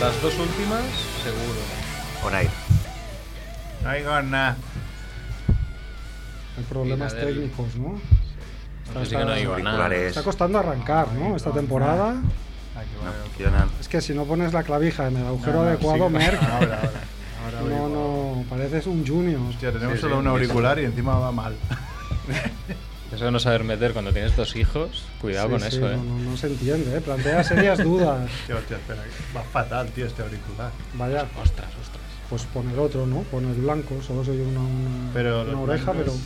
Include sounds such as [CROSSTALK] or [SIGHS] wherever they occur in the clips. Las dos últimas, seguro. Por ahí. No hay nada. Hay problemas Mira, Derby. técnicos, ¿no? Está, Así que no está- digo nada. Auriculares. está costando arrancar, ¿no? Esta temporada. Aquí No va el otro. funcionan. Es que si no pones la clavija en el No, agujero no, adecuado, sí, Merck, [LAUGHS] Ahora, ahora. ahora no, oigo. no, pareces un junior. Hostia, tenemos Sí, solo sí, un sí. auricular y encima va mal. [LAUGHS] Eso de no saber meter cuando tienes dos hijos, cuidado Sí, con sí, eso, no, eh. no, no se entiende, ¿eh? plantea serias dudas. Hostia, hostia, espera. Va fatal, tío, este auricular. Vaya, Ostras, ostras. pues pon el otro, ¿no? Pon el blanco, solo soy una, una, Pero una los oreja, pero. blancos-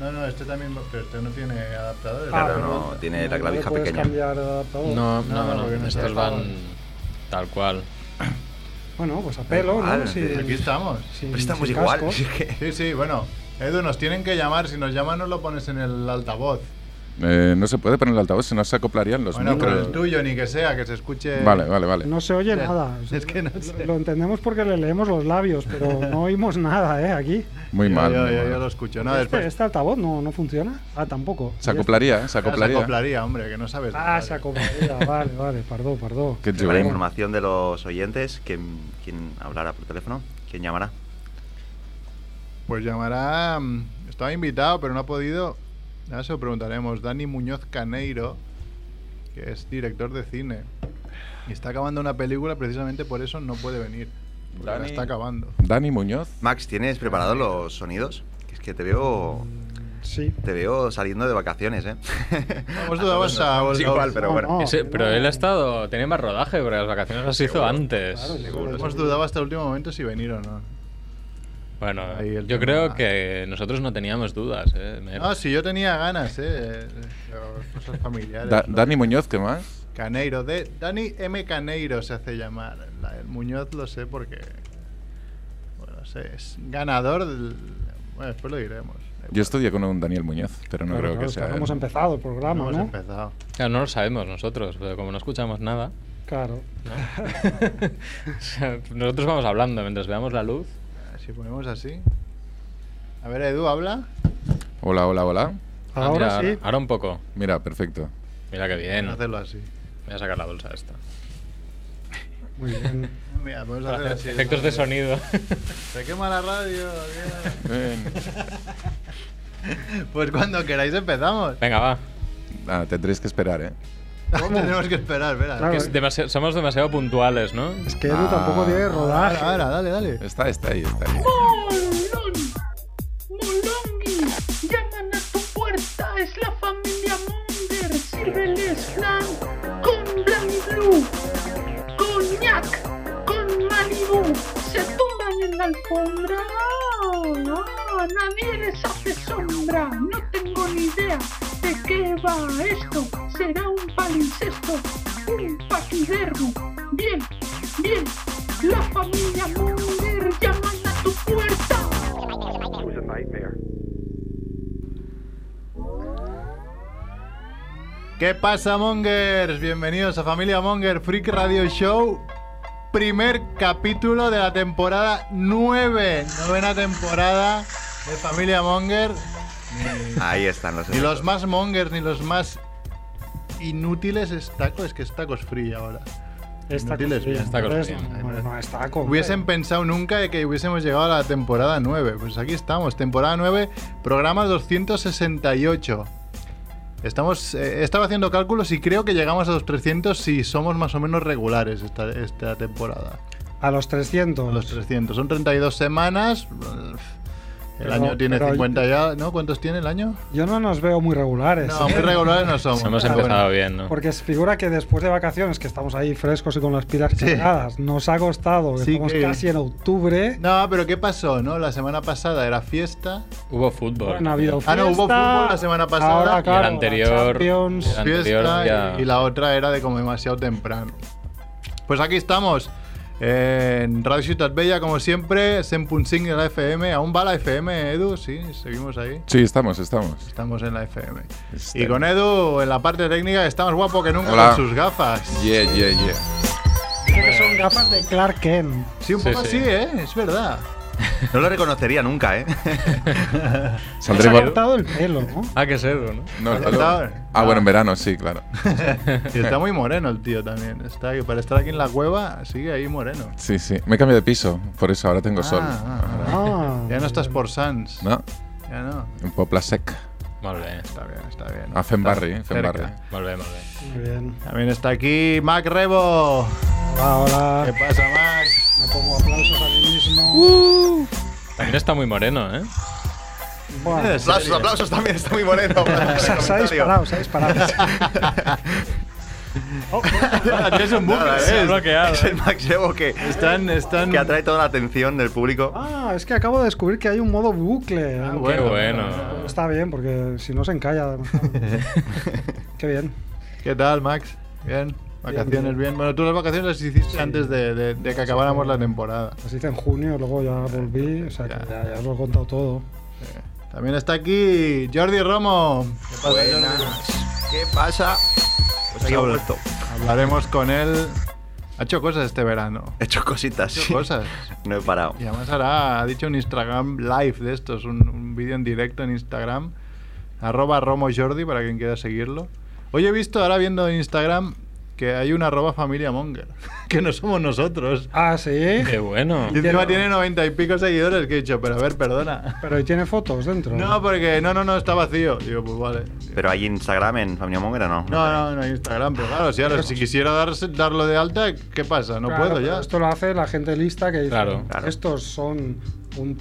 No, no, este también, va- pero este no tiene adaptador. Claro, pero no, tiene la Ah, le clavija puedes pequeña. cambiar el adaptador. No, no, no, no, porque no se estos dejaba. van tal cual. Bueno, pues a pelo, ¿no? igual, Sí, pero Aquí estamos. sí, Pero estamos sin igual. cascos. si [LAUGHS] es que- Sí, sí, bueno. Edu, nos tienen que llamar. Si nos llaman, nos lo pones en el altavoz. Eh, no se puede poner el altavoz, si no se acoplarían los bueno, pero eh, micros. el tuyo, ni que sea, que se escuche. Vale, vale, vale. No se oye nada. Es que no sé. Lo entendemos porque le leemos los labios, [LAUGHS] pero no oímos nada, ¿eh? Aquí. Muy Yo- mal. Yo, muy yo- mal. yo lo escucho. No, este, después. este altavoz no, no funciona. Ah, tampoco. Se Ya acoplaría, eh, se Ah, Se acoplaría. acoplaría, hombre, que no sabes. de está. Ah, radio. se acoplaría. vale, vale, perdón, perdón. Qué Para chulín. información de los oyentes, ¿quién, quién hablará por teléfono? ¿Quién llamará? Pues llamará. mm, Estaba invitado, pero no ha podido. Ahora se lo preguntaremos. Dani Muñoz Caneiro, que es director de cine. Y está acabando una película, precisamente por eso no puede venir. porque La Dani. está acabando. Dani Muñoz. Max, ¿tienes preparados los sonidos? Que Es que te veo, Sí. te veo saliendo de vacaciones, ¿eh? Vamos, [LAUGHS] vamos a- Es igual, pero Ah, No, bueno. no. Ese- pero él no. ha estado, tenía más rodaje, porque las vacaciones las hizo Seguro. antes. Claro, seguro, Hemos seguro. dudado hasta el último momento si venir o no. Bueno, Ahí yo el tema. Ah, creo que nosotros no teníamos dudas, eh. Mer. No, si yo tenía ganas, eh. pero Cosas familiares. Da- lo Dani que- Muñoz, ¿qué más? Caneiro, de Dani M. Caneiro se hace llamar. La- el Muñoz lo sé porque. Bueno, no sé, es ganador del. Bueno, después lo diremos. Da Yo igual. estudié con un Daniel Muñoz, pero no Claro, creo claro, que es sea. él. hemos empezado el No programa, hemos ¿no? empezado. Claro, no lo sabemos nosotros, pero como no escuchamos nada, Claro. ¿no? [LAUGHS] O sea, nosotros vamos hablando mientras veamos la luz. Si ponemos así. A ver, Edu, habla. Hola, hola, hola. Ah, Ahora mira, sí. Ahora un poco. Mira, perfecto. Mira qué bien. Vamos a Voy hacerlo así. a sacar la bolsa esta. Muy bien. Mira, podemos Para hacer hacer así. efectos de sonido. [LAUGHS] Se quema la radio. tío. [LAUGHS] Ven. Pues cuando queráis empezamos. Venga, va. Ah, tendréis que esperar, ¿eh? Tenemos que esperar, espera. Claro. Que es demasi- somos demasiado puntuales, ¿no? Es que Edu Ah. tampoco tiene rodaje. Ahora, ahora, dale, dale. Está, está ahí, está ahí. Molongi, Molongi, llaman a tu puerta, es la familia Munger, sírveles flan con Blanc Blue, coñac, con Malibu, se tumban en la alfombra, Ah, nadie les hace sombra, no tengo ni idea de qué va esto, será un palincesto, un paquidermo, bien, bien, la familia Munger llaman a tu puerta. ¿Qué pasa, Mongers? Bienvenidos a Familia Monger Freak Radio Show. Primer capítulo de la temporada 9. Novena temporada de Familia Monger. Ahí están los Ni los más mongers, ni los más inútiles es taco. Es que es tacos free ahora. Es taco Inútiles, frío, es taco ¿ves? frío. No, no, no, es taco. Hubiesen pensado nunca de que hubiésemos llegado a la temporada 9. Pues aquí estamos, temporada 9, programa 268. Estamos, eh, estaba haciendo cálculos y creo que llegamos a los 300 si somos más o menos regulares esta, esta temporada. A los 300. A los 300. Son 32 semanas. El Pero- año tiene pero- 50 ya. ¿No? ¿Cuántos tiene el año? Yo no nos veo muy regulares. No, ¿eh? muy regulares no somos. Hemos Ah, bueno. empezado bien, ¿no? Porque se figura que después de vacaciones, que estamos ahí frescos y con las pilas Sí. cargadas, nos ha costado, que Sí estamos que- casi en octubre. No, pero ¿qué pasó? ¿No? La semana pasada era fiesta. Hubo fútbol. No ha habido Ah, no, hubo fiesta, fútbol la semana pasada. Y Ahora, el claro, la anterior- Champions. el anterior fiesta ya- y, y la otra era de como demasiado temprano. Pues aquí estamos. En Radio Ciutat Bella, como siempre, 100.5 de la FM. Aún va la FM, Edu, sí, seguimos ahí. Sí, estamos, estamos. Estamos en la FM. Y Estamos. con Edu, en la parte técnica, estamos guapo que nunca Hola. con sus gafas. Yeah, yeah, yeah. Son gafas de Clark Kent. Sí, un Sí, poco sí. así, ¿eh? Es verdad. No lo reconocería nunca, ¿eh? Se ha Saldremos. cortado el pelo, ¿no? Ah, que es Edu, ¿no? No, ¿Has claro. cortado? Ah, No. bueno, en verano, sí, claro. Y está muy moreno el tío también. Está que para estar aquí en la cueva sigue ahí moreno. Sí, sí. Me he cambiado de piso, por eso ahora tengo Ah, sol. ah, Ah, Ya no estás por Sans. ¿No? Ya no. En Popla Sec. Molt bé, Está bien, está bien. A Fenbarri, Está Fenbarri. cerca. molt bé, molt bé. Muy bien. También está aquí Mac Rebo. Hola, hola. ¿Qué pasa, Mac? Me pongo aplausos a mí mismo. Uh. También está muy moreno, ¿eh? Bueno, [LAUGHS] Eres- Aplausos, aplausos también, está muy [LAUGHS] moreno. se, ha- se ha disparado, se ha disparado. Tienes un bucle, Nada, ¿eh? Se ha bloqueado. Es el Max Evo que, Están, están. que atrae toda la atención del público. Ah, es que acabo de descubrir que hay un modo bucle. Ah, aunque- Qué Bueno, bueno. Está bien, porque si no se encalla. Qué bien. [LAUGHS] ¿Qué tal, Max? Bien. Vacaciones bien. bien. Bueno, tú las vacaciones las hiciste antes de, de- de que acabáramos la temporada. Las hice en junio, luego ya volví. O sea, que Ya. ya, ya os lo he contado todo. También está aquí Jordi Romo. ¿Qué pasa, Pues, ¿Qué pasa? Pues aquí ha vuelto. Hablaremos con él. Ha hecho cosas este verano. He hecho cositas. Ha hecho cosas. [LAUGHS] No he parado. Y además ahora ha dicho un Instagram live de estos, un, un vídeo en directo en Instagram, arroba Romo Jordi para quien quiera seguirlo. Hoy he visto, ahora viendo Instagram, que hay una arroba familia Monger, [LAUGHS] que no somos nosotros. Ah, sí. Qué bueno. Y encima tiene noventa y pico seguidores que he dicho, pero a ver, perdona. Pero ¿y tiene fotos dentro? No, porque no, no, no, está vacío. Digo, pues vale. ¿Pero hay Instagram en Familia Monger o no? No, no, no hay Instagram, pero claro, si ahora si quisiera darse- darlo de alta, ¿qué pasa? No Claro, puedo pero ya. Esto lo hace la gente lista que dice: Claro. Claro. Estos son un.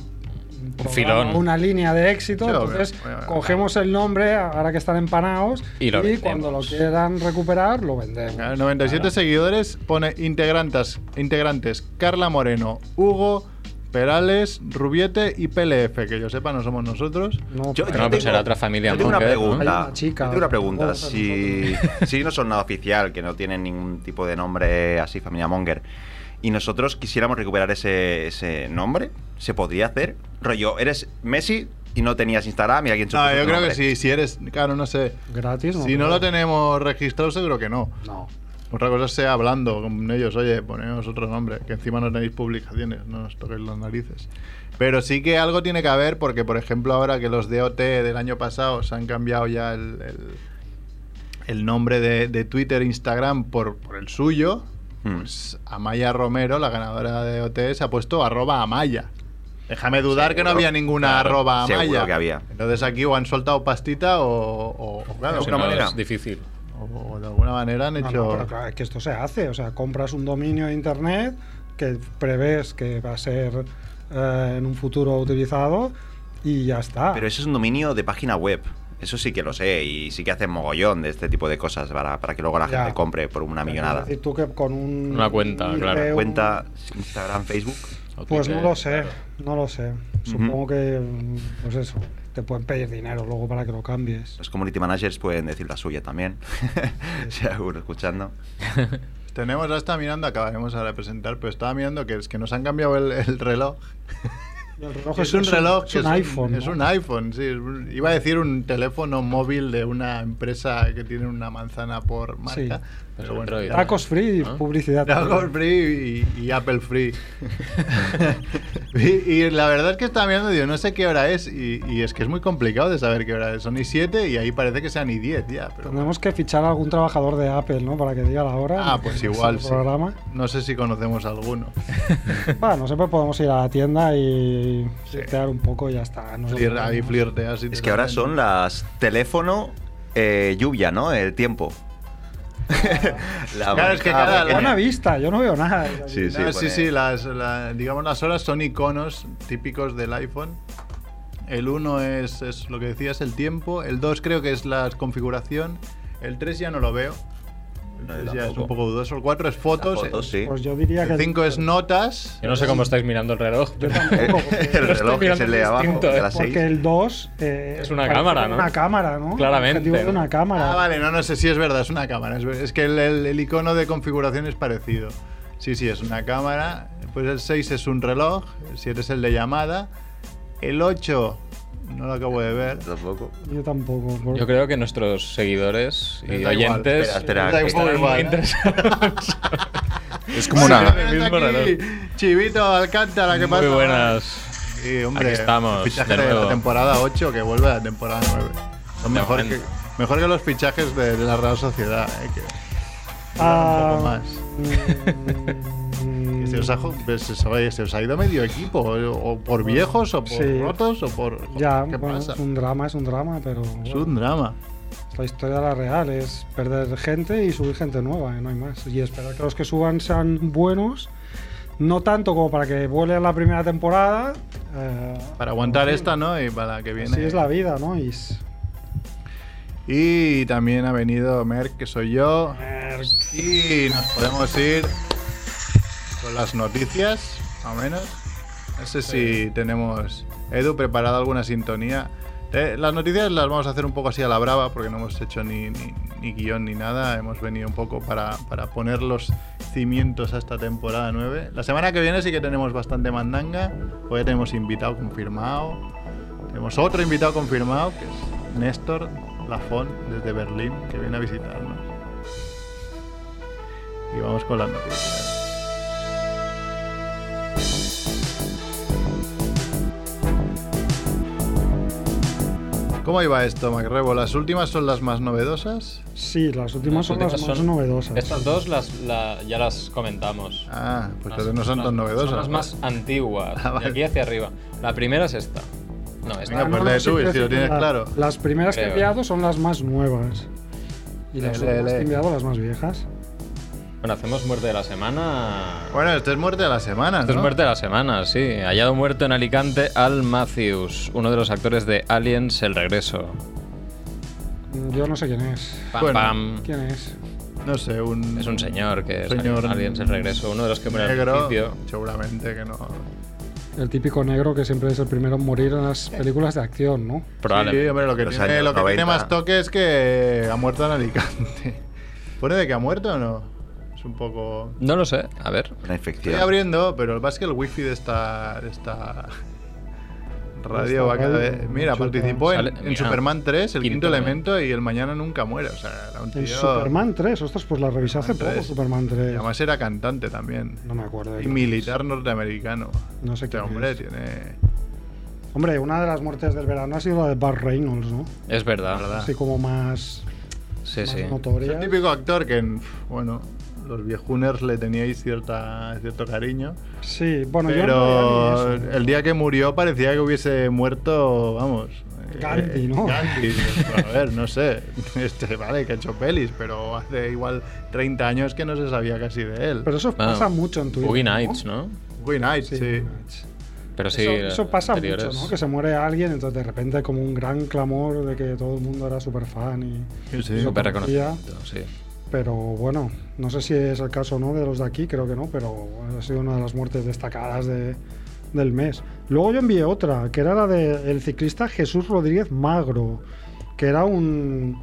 programa, filón. Una línea de éxito. Sí, obvio, entonces, obvio, cogemos el nombre ahora que están empanados Y lo vendemos. cuando lo quieran recuperar, lo vendemos. Claro, 97 seguidores pone integrantes, integrantes Carla Moreno, Hugo, Perales, Rubiete y PLF, que yo sepa no somos nosotros. No, Yo- pero- yo No, pues tengo- será otra familia Yo tengo una Monger, ¿no? pregunta. Hay una chica. yo tengo una Oh, pregunta. Si, [LAUGHS] si no son nada oficial, que no tienen ningún tipo de nombre así, familia Monger, y nosotros quisiéramos recuperar ese, ese nombre, ¿se podría hacer? Rollo, eres Messi y no tenías Instagram y alguien se No, puso Ah, yo tu creo que nombre. sí, si eres, claro, no sé. Gratis, Si no lo tenemos registrado, seguro que no. No. Otra cosa sea hablando con ellos, oye, ponemos otro nombre, que encima no tenéis publicaciones, no os toquéis las narices. Pero sí que algo tiene que haber, porque por ejemplo ahora que los DOT del año pasado se han cambiado ya el, el- el nombre de, de Twitter e Instagram por, por el suyo, Hmm. pues Amaya Romero, la ganadora de DOT, se ha puesto arroba Amaya. Déjame dudar que no Seguro. había ninguna Claro, arroba Amaya. seguro que había. Entonces aquí o han soltado pastita o, o- o, claro, Si alguna no, manera. Es difícil. o- o de alguna manera han No, hecho... no, pero claro, es que esto se hace. O sea, compras un dominio de internet que prevés que va a ser eh, en un futuro utilizado y ya está. Pero eso es un dominio de página web. Eso sí que lo sé y sí que hacen mogollón de este tipo de cosas para, para que luego la Ya. gente compre por una millonada. Es decir, tú que con un- Una cuenta, un claro. IP, un- ¿Cuenta Instagram, Facebook? O Pues no Twitter, lo sé, claro. no lo sé. Supongo que, mm, pues eso, te pueden pedir dinero luego para que lo cambies. Los community managers pueden decir la suya también. [LAUGHS] si hay alguno escuchando. Tenemos, ahora estaba mirando, acabaremos ahora de presentar, pero estaba mirando que es que nos han cambiado el, el reloj. El reloj Es un reloj, es que un iPhone. Es ¿no? un iPhone, sí. es un- Iba a decir un teléfono móvil de una empresa que tiene una manzana por marca. Sí. Pues Pero bueno, Android. ya- Tacos free, ¿Ah? publicidad. Apple Free y, y Apple Free. [LAUGHS] y, y la verdad es que estaba mirando, digo, no sé qué hora es y, y es que es muy complicado de saber qué hora es. Son y 7 y ahí parece que sean y 10 ya. Pero bueno. Tenemos que fichar a algún trabajador de Apple, ¿no? Para que diga la hora. Ah, pues en el igual, sí. Programa. No sé si conocemos alguno. Bueno, siempre podemos ir a la tienda y flirtear un poco y ya está. No sé Flir- si- ahí flirteas y Es te que ahora sorprendes. son las teléfono eh, lluvia, ¿no? El tiempo. [LAUGHS] La Claro, es que marca cada- pequeña. Buena vista, yo no veo nada. Sí, sí, Ah, sí, pone- sí, las, la- digamos las horas son iconos típicos del iPhone. El 1 es, es lo que decías, el tiempo. El 2 creo que es la configuración. El 3 ya no lo veo. El No, 3 yo ya es tampoco. un poco dudoso. El 4 es Las fotos. fotos, sí. Pues yo diría que. El 5 es notas. Yo no sé cómo estáis mirando el reloj. Yo [LAUGHS] El, tampoco. el porque- reloj es el de abajo, distinto, de ¿eh? las seis. Porque el 2 Es una cámara, ¿no? Una cámara, ¿no? Claramente, El objetivo de ¿no? una cámara. Ah, vale, no, no sé si es verdad, es una cámara. Es, ver- es que el, el- el icono de configuración es parecido. Sí, sí, es una cámara. Pues el 6 es un reloj, el 7 es el de llamada. El 8 no lo acabo de ver. Tampoco. Yo tampoco. porque- [LAUGHS] Yo creo que nuestros seguidores Les y da igual. oyentes Espera, espera, Da que igual, estarán muy [LAUGHS] ¿eh? [LAUGHS] interesados. Es como Sí, una. tenemos El mismo aquí reloj. Chivito Alcántara, ¿qué pasa? Muy buenas. Sí, hombre. Aquí estamos, el Fichaje de de, la nuevo. temporada 8 que vuelve a la temporada 9. Son De mejor que, momento. mejor que los fichajes de, de la Real Sociedad. eh, que, Ah, un poco más. mm, [LAUGHS] que se, Este os ha, jo- pues, se os ha- se os ha ido medio equipo. O o por viejos, o por Sí. rotos, o por. Ya, ¿Qué bueno, pasa? es un drama, es un drama, pero Es bueno, un drama. es la historia de la real es perder gente y subir gente nueva, eh, no hay más. Y esperar que los que suban sean buenos, no tanto como para que vuele a la primera temporada. eh, Para aguantar en fin, esta, ¿no? Y para la que viene. Así es la vida, ¿no? Y es- Y también ha venido Merck, que soy yo. Y nos podemos ir con las noticias, más o menos. No sé si tenemos, Edu, preparada alguna sintonía. Eh, las noticias las vamos a hacer un poco así a la brava, porque no hemos hecho ni, ni- ni guión ni nada. Hemos venido un poco para, para poner los cimientos a esta temporada 9. La semana que viene sí que tenemos bastante mandanga, porque ya tenemos invitado confirmado. Tenemos otro invitado confirmado, que es Néstor Lafon, desde Berlín, que viene a visitarnos. Y vamos con las noticias. ¿Cómo iba esto, Macrebo? ¿Las últimas son las más novedosas? sí, las últimas Las son las últimas más son- novedosas. Ah, Estas dos las, la- ya las comentamos. Ah, pues Las- entonces no son las- tan novedosas. Son las más antiguas, Ah, vale. de aquí hacia arriba. La primera es esta. No, esta. Venga, pues lee sí, tú, y quiero si lo decir, tienes la- claro. Las primeras que he Creo. enviado son las más nuevas. Y las Lee, lee, últimas que he lee. enviado las más viejas. Bueno, hacemos muerte de la semana. Bueno, esto es muerte de la semana, Esto es ¿no? muerte de la semana, sí. Hallado muerto en Alicante Al Matthews, uno de los actores de Aliens El Regreso. Yo no sé quién es. Pam, Bueno. pam. ¿Quién es? No sé, un... Es un señor que Señor es Aliens El Regreso, uno de los que muere al negro, principio. seguramente que no... El típico negro que siempre es el primero en morir en las películas de acción, ¿no? Probablemente. Sí, hombre, lo que, Los tiene, años lo que tiene 90. más toque es que ha muerto en Alicante. [LAUGHS] ¿Pone de que ha muerto o no? Es un poco... No lo sé, a ver. Una Estoy infección. abriendo, pero el que pasa es que el wifi de esta... de esta radio Esta va a quedar... radio, Mira, chuta. participó en, Sale- en mira, Superman 3, el quinto, quinto elemento y el mañana nunca muere. O sea, era un tío... En Superman 3, ostras, pues la revisé hace Superman poco, 3. Superman 3. Y además era cantante también. No me acuerdo. de Y quién militar norteamericano. No sé Este quién hombre es. tiene... es. Hombre, una de las muertes del verano ha sido la de Bart Reynolds, ¿no? Es verdad. Así como más, Sí, más sí. Ah. Es notoria. el típico actor que, bueno, los viejuners le teníais cierta, cierto cariño. Sí, bueno, yo no pero veía ni eso. el día que murió parecía que hubiese muerto, vamos. eh, Gandhi, ¿no? Gandhi. Pues, A ver, no sé. [LAUGHS] Este, vale, que ha hecho pelis, pero hace igual 30 años que no se sabía casi de él. Pero eso Bueno, pasa mucho en Twitter. Boogie ¿no? Nights, ¿no? Good night, Sí. sí. Boogie Nights. Pero sí. eso, eso pasa anteriores. mucho, ¿no? Que se muere alguien, entonces de repente hay como un gran clamor de que todo el mundo era súper fan y. Sí, sí. eso Súper conocía, reconocido, sí. Pero bueno, no sé si es el caso o no de los de aquí, creo que no, pero ha sido una de las muertes destacadas de- del mes. Luego yo envié otra, que era la del ciclista Jesús Rodríguez Magro, que era un...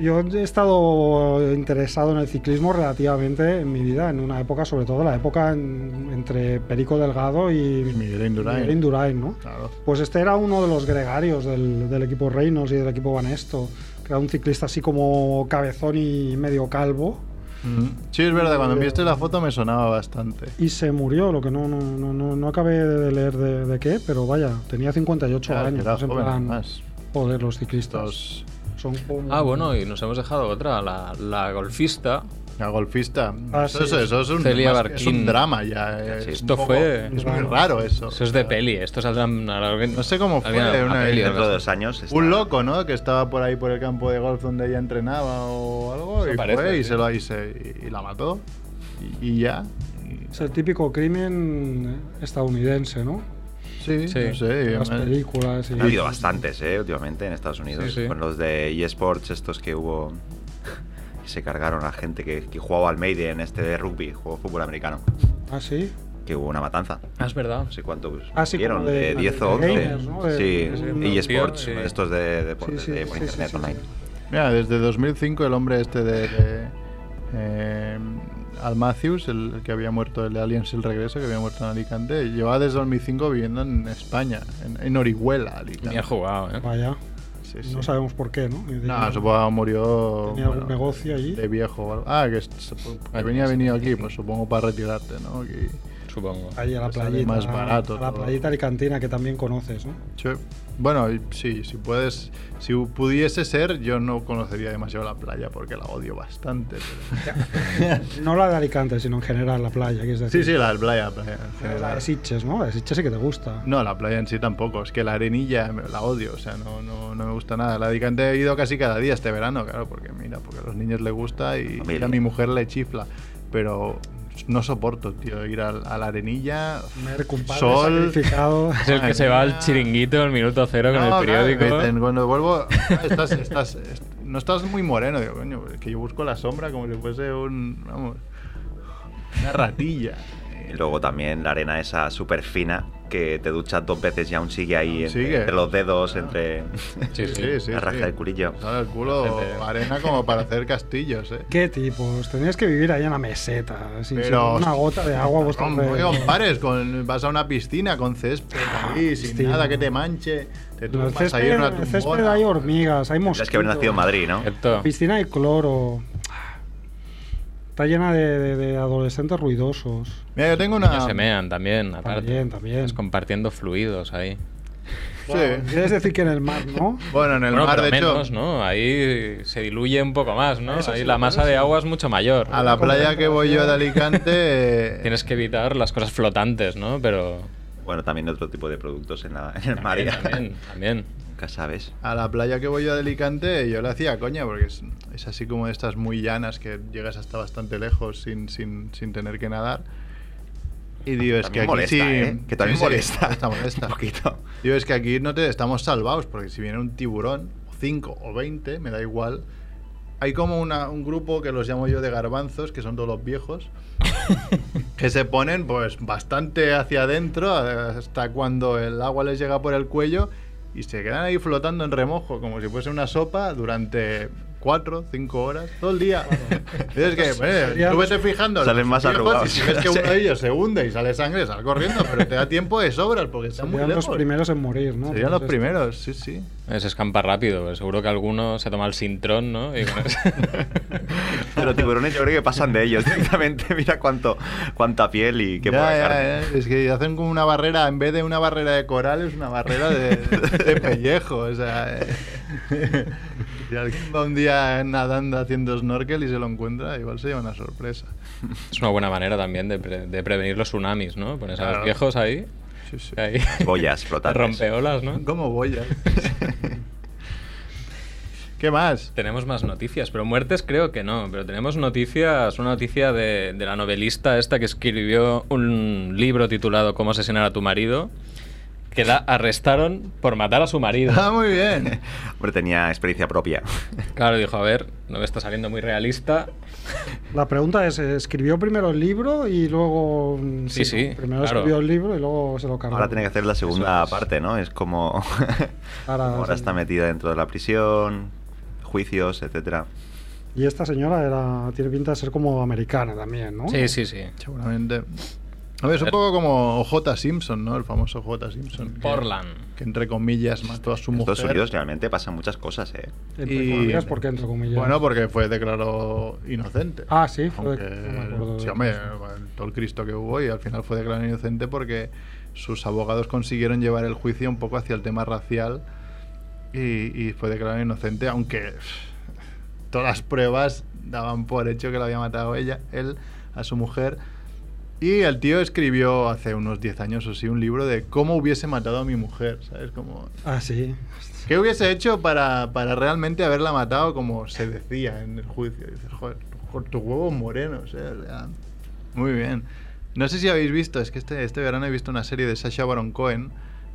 Yo he estado interesado en el ciclismo relativamente en mi vida, en una época, sobre todo la época en- entre Perico Delgado y Miguel Indurain. Miguel Indurain, ¿no? Claro. Pues este era uno de los gregarios del, del equipo Reynolds y del equipo Banesto, que era un ciclista así como cabezón y medio calvo. Mm. Sí, es verdad, cuando enviaste la foto me sonaba bastante. Y se murió, lo que no, no, no, no, no acabé de leer de, de qué, pero vaya, tenía 58 Claro, años. Ah, que era pues en joven, plan, además. Joder, los ciclistas. Estos- Son como- Ah, bueno, y nos hemos dejado otra, la, la golfista. La golfista. Ah, eso, sí. eso- eso es, un, Celia más que- es un Barquín. drama ya. eh, Sí, es un esto fue- Es muy raro eso. Eso es de peli, esto saldrá. No No sé cómo fue una peli, vez. algo Dentro de así. dos años. está- Un loco, ¿no? Que estaba por ahí por el campo de golf donde ella entrenaba o algo. Eso y parece, fue y, sí. se lo, y, se- y la mató. Y, y ya. Y- Es el típico crimen estadounidense, ¿no? sí, Sí. no sé. y Las además- películas y... Ha habido bastantes, ¿eh? Últimamente en Estados Unidos. Sí, sí. Con los de eSports, estos que hubo. que se cargaron a gente que, que jugaba al Maiden, este de rugby, juego de fútbol americano. Ah, sí. Que hubo una matanza. Ah, es verdad. No sé cuántos Ah, sí, vieron, como de- de 10 o de 11. gamers, ¿no? De- sí, de un y tío, eSports, eh. estos de deportes Sí, sí, de por sí, sí, internet sí, sí. online. Mira, desde 2005 el hombre este de... de, eh, Al Matthews, el, el que había muerto, el de Aliens El Regreso, que había muerto en Alicante, llevaba desde 2005 viviendo en España, en, en Orihuela, Alicante. Ni ha jugado, ¿eh? Vaya, Sí, sí. no sabemos por qué, ¿no? No, supongo que murió. Tenía algún negocio pues, allí. De viejo. o algo. Ah, que, es- que venía venido aquí, pues supongo para pues retirarte, ¿no? Que- supongo. Ahí a la Te sale playita. más barato A la todo. playita alicantina que también conoces, ¿no? Sí. Bueno, y- sí, si puedes, si pudiese ser, yo no conocería demasiado la playa porque la odio bastante. pero- [LAUGHS] No la de Alicante, sino en general la playa, quieres decir. Eh, Sí, sí, la playa, playa en La de general. Sitges, ¿no? La de Sitges sí que te gusta. No, la playa en sí tampoco. Es que la arenilla me- la odio, o sea, no, no, no me gusta nada. La de Alicante he ido casi cada día este verano, claro, porque mira, porque a los niños les gusta y, Hombre, y a mi mujer le chifla. Pero no soporto, tío, ir al- a, la arenilla. Mer, compadre, Sol. sacrificado. [LAUGHS] Es el que Madre se va mía. al chiringuito al minuto cero con No, el claro, periódico. me dicen, [LAUGHS] cuando vuelvo, "Ah, estás, estás- est- no estás muy moreno. Digo, coño, es que yo busco la sombra como si fuese un, vamos, una ratilla. Y luego también la arena esa súper fina que te duchas dos veces y aún sigue ahí entre, Sigue. entre los dedos, [LAUGHS] entre... Sí, sí. La raja del culillo. Sale el culo, Gente- arena como para hacer castillos, eh. ¿Qué tipos? Tenías que vivir ahí en la meseta, sin, sin Pero- una gota de agua a vuestro No, no me alrededor. compares, con, vas a una piscina con césped ahí, sin hostia. nada que te manche. En Te el tumbas ahí Ah, césped, en en una el tumbona. césped hay hormigas, hay mosquitos. Tendrías que haber nacido en Madrid, ¿no? Esto. Piscina de cloro. Está llena de, de- de adolescentes ruidosos. Mira, yo tengo Ellos una. se mean también, aparte. También, también. Estás compartiendo fluidos ahí. Sí. Quieres decir que en el mar, ¿no? Bueno, en el Bueno, mar, pero de hecho, menos, ¿no? Ahí se diluye un poco más, ¿no? Eso Ahí sí, la eso masa de agua es mucho mayor. a la playa que voy yo de Alicante. eh, Tienes que evitar las cosas flotantes, ¿no? Pero Bueno, también otro tipo de productos en, la, en el mar. también, también, también. [LAUGHS] Nunca sabes. [LAUGHS] A la playa que voy yo de Alicante yo la hacía coña, porque es, es así como de estas muy llanas que llegas hasta bastante lejos sin, sin, sin tener que nadar. Y digo, es que También aquí molesta, sí... ¿eh? Que también sí, sí, molesta. molesta, [LAUGHS] molesta. Un poquito. Digo, es que aquí no te estamos salvados, porque si viene un tiburón, 5 o 20, me da igual. Hay como una- un grupo que los llamo yo de garbanzos, que son todos los viejos, que se ponen pues bastante hacia adentro hasta cuando el agua les llega por el cuello y se quedan ahí flotando en remojo, como si fuese una sopa durante 4, 5 horas, todo el día. [LAUGHS] Es que, eh, tú vete fijando. Salen los más viejos, arrugados. Si ves que uno [LAUGHS] Sí. de ellos se hunde y sale sangre, sal corriendo, pero te da tiempo de sobras [LAUGHS] porque están muy Serían los lejos. primeros en morir, ¿no? Pues Serían los Entonces, primeros, sí, sí. Se escampa rápido. pero Seguro que alguno se toma el sintrón, ¿no? Y [LAUGHS] con eso- Pero tiburones yo creo que pasan de ellos directamente. [LAUGHS] Mira cuánto, cuánta piel y qué Ya, poca ya, carne. ya. Es que hacen como una barrera, en vez de una barrera de coral, es una barrera de, de pellejo. O sea, eh. si alguien va un día nadando haciendo snorkel y se lo encuentra, igual se lleva una sorpresa. es una buena manera también de, pre- de prevenir los tsunamis, ¿no? Pones a Claro. los viejos ahí. Sí, sí. ahí [LAUGHS] Boyas flotantes. rompeolas, ¿no? Como boyas. [LAUGHS] ¿Qué más? Tenemos más noticias, pero muertes creo que no. Pero tenemos noticias, una noticia de, de la novelista esta que escribió un libro titulado Cómo asesinar a tu marido, que la arrestaron por matar a su marido. Ah, muy bien. Hombre, tenía experiencia propia. Claro, dijo, a ver, no me está saliendo muy realista. La pregunta es, ¿escribió primero el libro y luego... mm, Sí, sí, ¿no? Primero claro. escribió el libro y luego se lo cargó. Ahora tiene que hacer la segunda Eso es. parte, ¿no? Es como... [LAUGHS] Ahora, como ahora sí. está metida dentro de la prisión, juicios, etcétera. Y esta señora era, tiene pinta de ser como americana también, ¿no? Sí, sí, sí. Seguramente. A ver, es un poco como J. Simpson, ¿no? El famoso J. Simpson. que- Portland. Que entre comillas mató a su En mujer. Estados Unidos realmente pasan muchas cosas, ¿eh? Entre Y- comillas, porque entre comillas. Bueno, porque fue declarado inocente. Ah, sí, fue- Aunque, no me acuerdo de sí, hombre, eso. bueno, todo el Cristo que hubo y al final fue declarado inocente porque sus abogados consiguieron llevar el juicio un poco hacia el tema racial y, y fue declarado inocente, aunque [SIGHS] pff, todas las pruebas daban por hecho que lo había matado ella, él a su mujer. Y el tío escribió hace unos 10 años o sí un libro de cómo hubiese matado a mi mujer, ¿sabes? Como Ah, sí. ¿Qué hubiese hecho para, para realmente haberla matado como se decía en el juicio? Dices, joder, con tus huevos morenos, eh, o sea, Muy bien. No sé si habéis visto, es que este, este verano he visto una serie de Sasha Baron Cohen,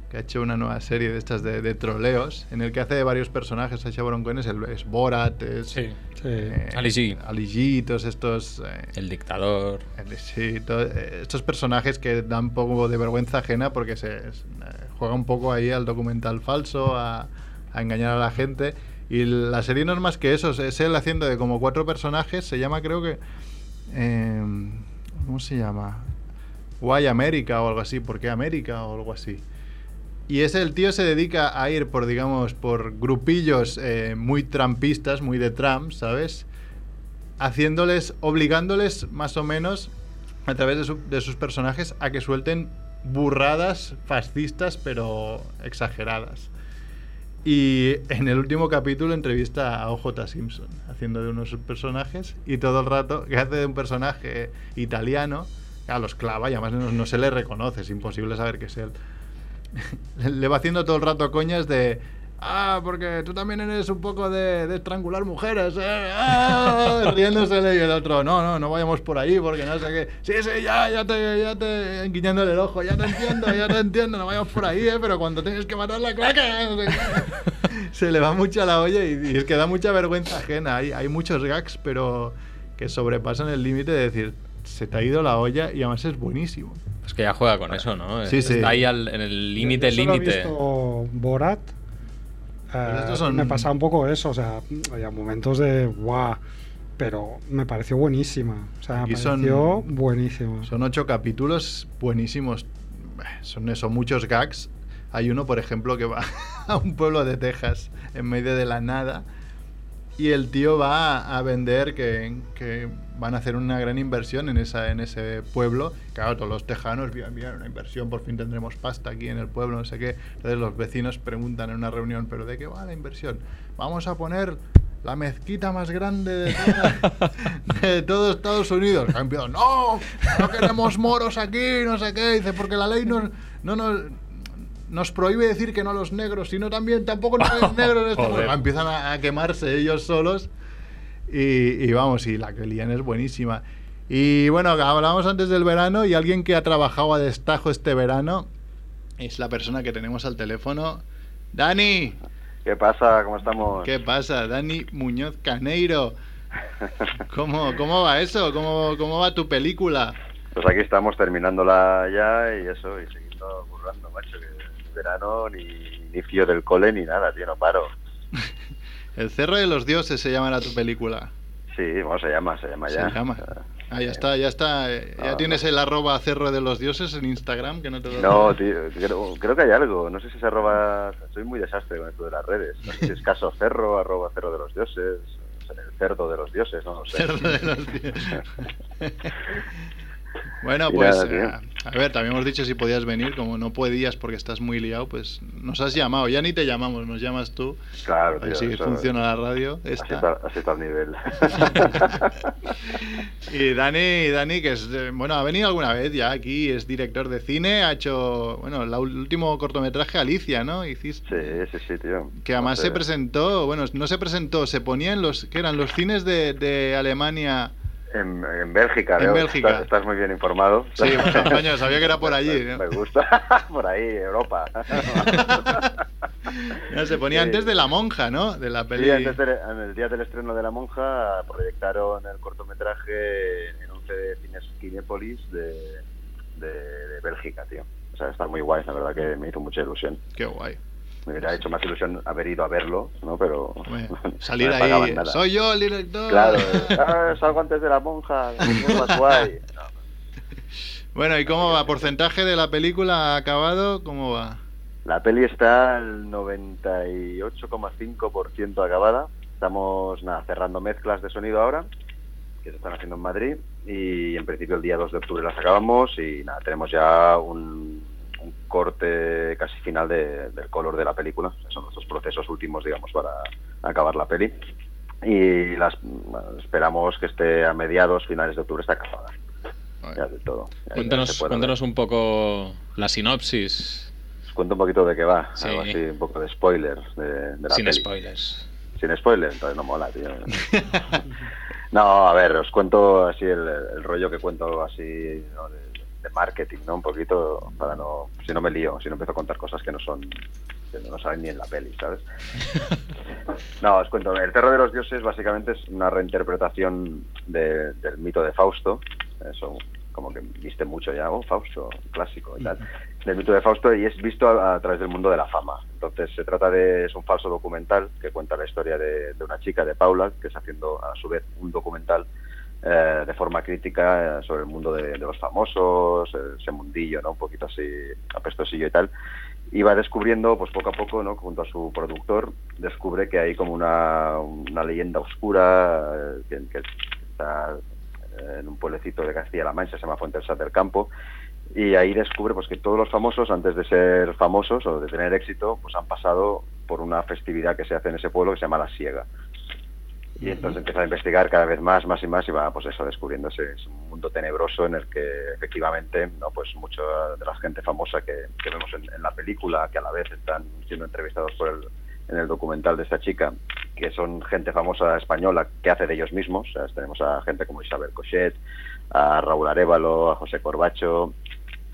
que ha hecho una nueva serie de estas de, de troleos, en el que hace de varios personajes. Sasha Baron Cohen es, el, es Borat, es... Sí. Sí. eh, Ali G. Ali G, todos estos... eh, El dictador. el- Sí, to- eh, estos personajes que dan un poco de vergüenza ajena porque se es- eh, juega un poco ahí al documental falso, a, a engañar a la gente. Y la serie no es más que eso, es él haciendo de como cuatro personajes, se llama creo que... eh, ¿Cómo se llama? Why America o algo así, ¿por qué América o algo así? Y ese el tío se dedica a ir por, digamos, por grupillos eh, muy trampistas, muy de Trump, ¿sabes? haciéndoles, obligándoles más o menos a través de, su- de sus personajes a que suelten burradas fascistas pero exageradas. Y en el último capítulo entrevista a OJ Simpson, haciendo de uno de sus personajes, y todo el rato que hace de un personaje italiano, a los clava y además no, no se le reconoce, es imposible saber que es él. Le- [LAUGHS] Le va haciendo todo el rato coñas de... Ah, porque tú también eres un poco de, de estrangular mujeres. ¿eh? Ah", riéndosele y el otro, no, no, no vayamos por ahí porque no sé qué. Sí, sí, ya, ya te, ya te, enguiñándole el ojo, ya te entiendo, ya te entiendo, no vayamos por ahí, ¿eh? pero cuando tienes que matar la claca. no sé qué". [LAUGHS] Se le va mucha la olla y, y es que da mucha vergüenza ajena. Hay, hay muchos gags, pero que sobrepasan el límite de decir, se te ha ido la olla y además es buenísimo. Es que ya juega con eso, ¿no? Sí, sí. Está ahí al- en el límite, Yo solo he límite. visto Borat. eh, estos son- Me pasaba un poco eso, o sea, había momentos de guau, pero me pareció buenísima. O sea, me Aquí son- pareció buenísima. Son ocho capítulos buenísimos. Son eso, muchos gags. Hay uno, por ejemplo, que va [LAUGHS] a un pueblo de Texas en medio de la nada y el tío va a vender que, que van a hacer una gran inversión en, esa, en ese pueblo. Claro, todos los tejanos, bien, bien, una inversión, por fin tendremos pasta aquí en el pueblo, no sé qué. Entonces los vecinos preguntan en una reunión, ¿pero de qué va la inversión? Vamos a poner la mezquita más grande de, toda- [LAUGHS] de todo Estados Unidos. Y empiezan, no, no queremos moros aquí, no sé qué. Dice, porque la ley no, no nos... Nos prohíbe decir que no a los negros, sino también tampoco no a los negros. en este Joder. pueblo". Empiezan a- a quemarse ellos solos. Y, y vamos, y la que lían es buenísima. Y bueno, hablábamos antes del verano y alguien que ha trabajado a destajo este verano es la persona que tenemos al teléfono. Dani, ¿Qué pasa? ¿Cómo estamos? ¿qué pasa? Dani Muñoz Caneiro. ¿Cómo, cómo va eso? ¿Cómo, ¿Cómo va tu película? Pues aquí estamos terminándola ya y eso, y siguiendo currando, macho, que es verano, ni inicio del cole, ni nada, tío, no paro. El Cerro de los Dioses se llamará tu película. Sí, bueno, se llama, se llama Se ya. llama. Ah, ya Eh, está, ya está. eh, Ya Ah, tienes el arroba Cerro de los Dioses en Instagram, que no te lo [LAUGHS] No, tío, creo, creo que hay algo, no sé si se arroba, soy muy desastre con esto de las redes, [LAUGHS] no sé si es caso cerro, arroba cerro de los dioses, o sea, el cerdo de los dioses, no lo sé. Cerdo de los [LAUGHS] Dioses. bueno, Mira, pues tío. a, a ver, también hemos dicho si podías venir, como no podías porque estás muy liado, pues nos has llamado, ya ni te llamamos, nos llamas tú, Claro, a tío, ver si eso- funciona la radio. Así esta. está, así está [LAUGHS] el nivel. [LAUGHS] Y Dani, Dani, que es, eh, bueno, ha venido alguna vez ya aquí, es director de cine, ha hecho, bueno, la ul- el último cortometraje Alicia, ¿no? Hiciste. sí, sí, sí, tío. Que además No se sé. presentó, bueno, no se presentó, se ponía en los, que eran los cines de, de Alemania. En, en Bélgica, En Leo. Bélgica. Estás, estás muy bien informado. [LAUGHS] Sí, bueno, coño, sabía que era por allí, Me, ¿no? me gusta. [LAUGHS] por ahí, Europa. [LAUGHS] No, se ponía Sí. antes de La Monja, ¿no? De la peli. Sí, antes del- en el día del estreno de La Monja proyectaron el cortometraje en 11 de cines Kinépolis de, de- de Bélgica, tío. O sea, está muy guay, la verdad que me hizo mucha ilusión. Qué guay. Me hubiera hecho más ilusión haber ido a verlo, ¿no? Pero Hombre, [LAUGHS] no me salir ahí. pagaban nada. Soy yo el director. Claro, ah, salgo antes de La Monja, es más [LAUGHS] guay. No, Bueno, ¿y cómo va? ¿Porcentaje de la película acabado? ¿Cómo va? La peli está al 98,5% acabada. Estamos nada, cerrando mezclas de sonido ahora, que se están haciendo en Madrid. Y en principio el día 2 de octubre las acabamos y nada, tenemos ya un, un corte casi final de- del color de la película. O sea, son los dos procesos últimos, digamos, para acabar la peli. Y las, esperamos que esté a mediados, finales de octubre, está acabada. Ya del todo. Ya- ya se Cuéntanos, puede ver. cuéntanos un poco la sinopsis, Os cuento Pues un poquito de qué va, Sí. algo así, un poco de spoiler de, de la sin peli. spoilers. Sin spoiler, entonces no mola, [LAUGHS] tío. no, a ver, os cuento así el, el rollo que cuento así ¿no? de, de marketing, ¿no? Un poquito para no... Si no me lío, si no empiezo a contar cosas que no son... que no salen ni en la peli, [LAUGHS] ¿sabes? No, os cuento. El Terror de los Dioses básicamente es una reinterpretación de- del mito de Fausto. Eso, como que viste mucho ya, oh, Fausto, clásico y tal. Del mito de Fausto y es visto a, a través del mundo de la fama. Entonces, se trata de. Es un falso documental que cuenta la historia de, de una chica, de Paula, que está haciendo a su vez un documental eh, de forma crítica eh, sobre el mundo de, de los famosos, eh, ese mundillo, ¿no? Un poquito así apestosillo y tal y va descubriendo, pues poco a poco, ¿no? junto a su productor, descubre que hay como una, una leyenda oscura eh, que, que está eh, en un pueblecito de Castilla-La Mancha, se llama Fuentesas del Campo, y ahí descubre pues que todos los famosos, antes de ser famosos o de tener éxito, pues han pasado por una festividad que se hace en ese pueblo que se llama La Siega. Y entonces empieza a investigar cada vez más, más y más, y va pues eso, descubriéndose. Es un mundo tenebroso en el que efectivamente, no, pues mucha de la gente famosa que, que vemos en, en la película, que a la vez están siendo entrevistados por el, en el documental de esta chica, que son gente famosa española que hace de ellos mismos. O sea, tenemos a gente como Isabel Cochet, a Raúl Arevalo, a José Corbacho,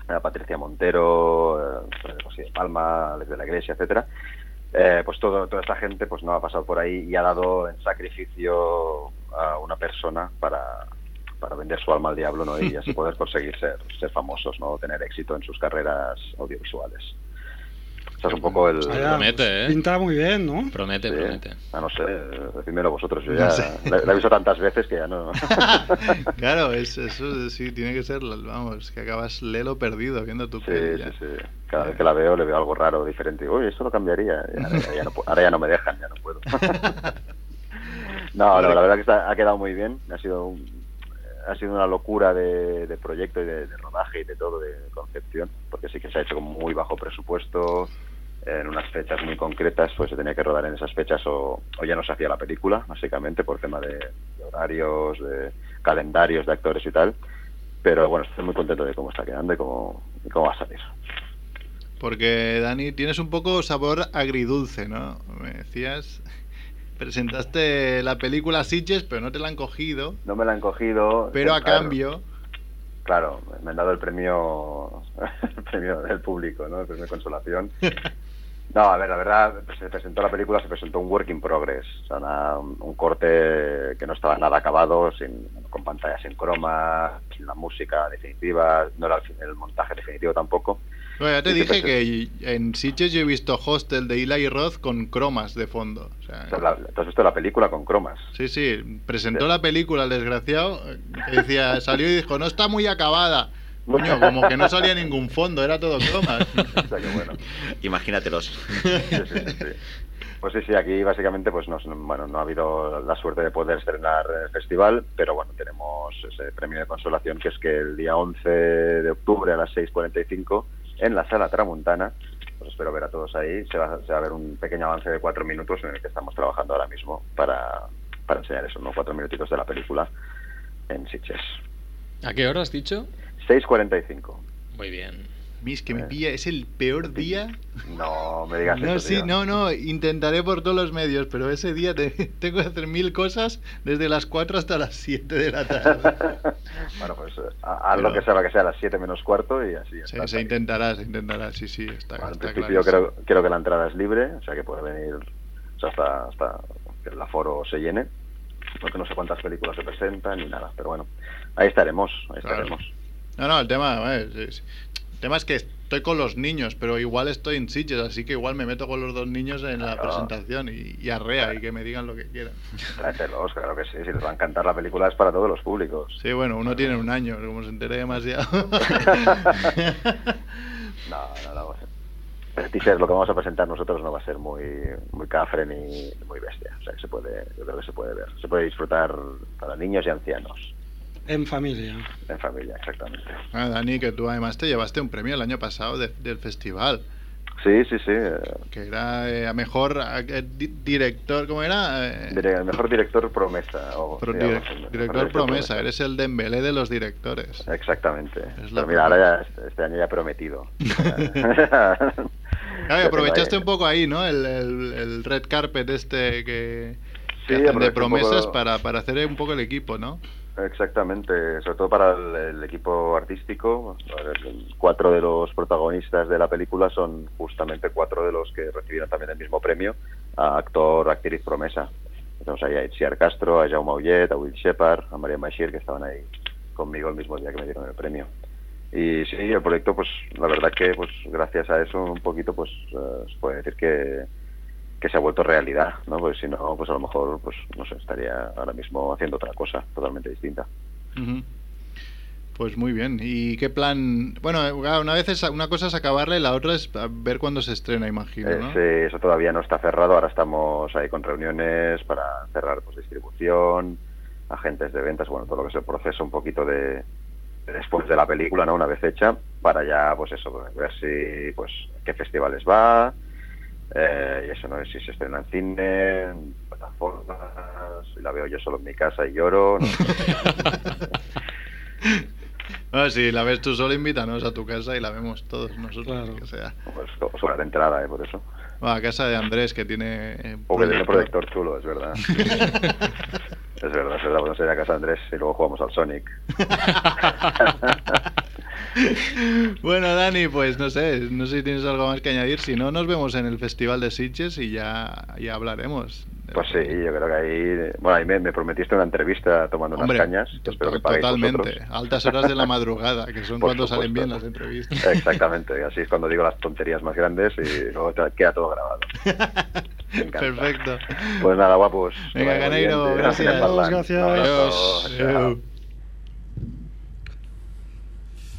a Patricia Montero, eh, José de Palma, Alex de la Iglesia, etcétera. Eh, pues todo, toda esta gente pues no ha pasado por ahí y ha dado en sacrificio a una persona para, para vender su alma al diablo ¿no? y así poder conseguir ser, ser famosos, ¿no? tener éxito en sus carreras audiovisuales. O sea, es un poco el... Hostia, Promete, ¿eh? Pinta muy bien, ¿no? Promete, Sí. promete. Ah, no sé, decídmelo vosotros. Yo ya la, la he visto tantas veces que ya no. [LAUGHS] [LAUGHS] claro, es, eso sí, tiene que ser, vamos, que acabas lelo perdido viendo tu sí, peli ya. sí, sí. Cada vez que la veo le veo algo raro, diferente. Uy, eso lo cambiaría. Y Ahora ya, ya no, pu- ahora ya no me dejan, ya no puedo. no, no, la verdad que está- ha quedado muy bien. Ha sido un- ha sido una locura de, de proyecto y de, de rodaje y de todo, de concepción, porque sí que se ha hecho con muy bajo presupuesto, en unas fechas muy concretas, pues se tenía que rodar en esas fechas o, o ya no se hacía la película, básicamente por tema de, de horarios, de calendarios de actores y tal. Pero bueno, estoy muy contento de cómo está quedando y cómo, y cómo va a salir. Porque, Dani, tienes un poco sabor agridulce, ¿no? Me decías, [LAUGHS] presentaste la película Sitges, pero no te la han cogido. No me la han cogido. eh, Pero a Ah, claro, cambio, Claro, me han dado el premio, [LAUGHS] el premio del público, ¿no? El premio de consolación. No, a ver, la verdad, pues, se presentó la película, se presentó un work in progress, o sea, una- un corte que no estaba nada acabado, sin, con pantallas en croma, sin la música definitiva, no era el, fin- el montaje definitivo tampoco. bueno, ya te ¿Y qué dije pasa? que en Sitges yo he visto Hostel de Eli Roth con cromas de fondo. O sea, O sea, la- ¿Te has visto la película con cromas? Sí, sí, presentó la película el desgraciado, que decía, salió y dijo, no está muy [LAUGHS] acabada. Coño, como que no salía ningún fondo, era todo cromas. [LAUGHS] O sea, que bueno. Imagínatelos. Sí, sí, sí, sí. Pues sí, sí, aquí básicamente pues no, bueno, no ha habido la suerte de poder estrenar el festival, pero bueno, tenemos ese premio de consolación que es que el día 11 de octubre a las 6.45 en la sala Tramuntana, pues espero ver a todos ahí, se va, se va a ver un pequeño avance de cuatro minutos en el que estamos trabajando ahora mismo para, para enseñar eso, unos cuatro minutitos de la película en Sitges. ¿A qué hora has dicho? 6.45. Muy bien. Mis, Eh. que me pilla, es el peor día. No me digas No, eso, sí, tío. no, no, intentaré por todos los medios, pero ese día te- [LAUGHS] tengo que hacer mil cosas desde las 4 hasta las 7 de la [LAUGHS] tarde. bueno, pues eh, haz Pero- lo que sea, lo que sea, a las 7 menos cuarto y así. Se, está, se está. intentará, se intentará, sí, sí, está, Bueno, en está principio clarísimo. creo, creo que la entrada es libre, o sea que puede venir o sea, hasta, hasta que el aforo se llene, porque no sé cuántas películas se presentan ni nada, pero bueno, ahí estaremos, ahí Claro. estaremos. No, no, el tema, eh, es- es- el tema es que estoy con los niños, pero igual estoy en Sitges, así que igual me meto con los dos niños en la Claro. presentación y, y arrea y que me digan lo que quieran. Tráetelos, claro que sí, si les va a encantar la película es para todos los públicos. Sí, bueno, Ah. uno tiene un año, como se entere [LAUGHS] demasiado. [LAUGHS] No, no, no. El teaser, lo que vamos a presentar nosotros no va a ser muy, muy cafre ni muy bestia, o sea que se puede, yo creo que se puede ver, se puede disfrutar para niños y ancianos, En familia. en familia, exactamente. Ah, Dani, que tú además te llevaste un premio el año pasado de- del festival, Sí, sí, sí. eh, que era eh, a mejor eh, di- director, ¿cómo era? Eh, Dire- el mejor director promesa. O, pro- digamos, direc- el mejor director promesa, eres el Dembélé de los directores. Exactamente. Es la Pero mira, ahora ya, este- este año ya [LAUGHS] he prometido. Claro, y claro, aprovechaste un poco ahí, ¿no? El, el- el red carpet este que, que Sí, hacen aproveché de un promesas poco- para, para hacer eh, un poco el equipo, ¿no? Exactamente, sobre todo para el, el equipo artístico. Cuatro de los protagonistas de la película son justamente cuatro de los que recibieron también el mismo premio a actor, actriz promesa. Tenemos ahí a Itziar Castro, a Jaume Ullet, a Will Shepard, a María Mashir, que estaban ahí conmigo el mismo día que me dieron el premio. Y sí, el proyecto, pues la verdad que pues gracias a eso un poquito, pues eh, se puede decir que, que se ha vuelto realidad, ¿no? Porque si no, pues a lo mejor, pues no sé, estaría ahora mismo haciendo otra cosa totalmente distinta. Ujú. Pues muy bien. ¿Y qué plan? Bueno, eh, claro, una vez es, una cosa es acabarla y la otra es a ver cuándo se estrena, imagino, Eh, ¿no? sí, eso todavía no está cerrado, ahora estamos ahí con reuniones para cerrar pues, distribución, agentes de ventas, bueno, todo lo que es el proceso un poquito de de después de la película, ¿no? Una vez hecha, para ya, pues eso, ver si, pues, qué festivales va, eh, y eso, ¿no? Si se estrena en cine, en plataformas, si la veo yo solo en mi casa y lloro, [LAUGHS] no sé. [LAUGHS] Bueno, si la ves tú solo, invítanos a tu casa y la vemos todos nosotros. Que sea. pues, co- sobra de entrada, ¿eh? Por eso. Bueno, a casa de Andrés, que tiene. eh, O que tiene proyector chulo, es verdad. Es verdad, es verdad, Pues, bueno, sería casa de Andrés y luego jugamos al Sonic. [LAUGHS] bueno, Dani, pues no sé, no sé si tienes algo más que añadir. Si no, nos vemos en el Festival de Sitges y ya, ya hablaremos. Pues sí, yo creo que ahí. Bueno, ahí me, me prometiste una entrevista tomando Hombre, unas cañas. que espero que to- paguéis totalmente. vosotros. Altas horas de la madrugada, que son Por cuando salen supuesto. Eh, bien las entrevistas. Exactamente, y así es cuando digo las tonterías más grandes y luego te- queda todo grabado. Me encanta. Perfecto. Pues nada, guapos. que Venga, vaya muy bien. Ganeiro, gracias. por hablar. Gracias. Un abrazo. Adiós. Chao.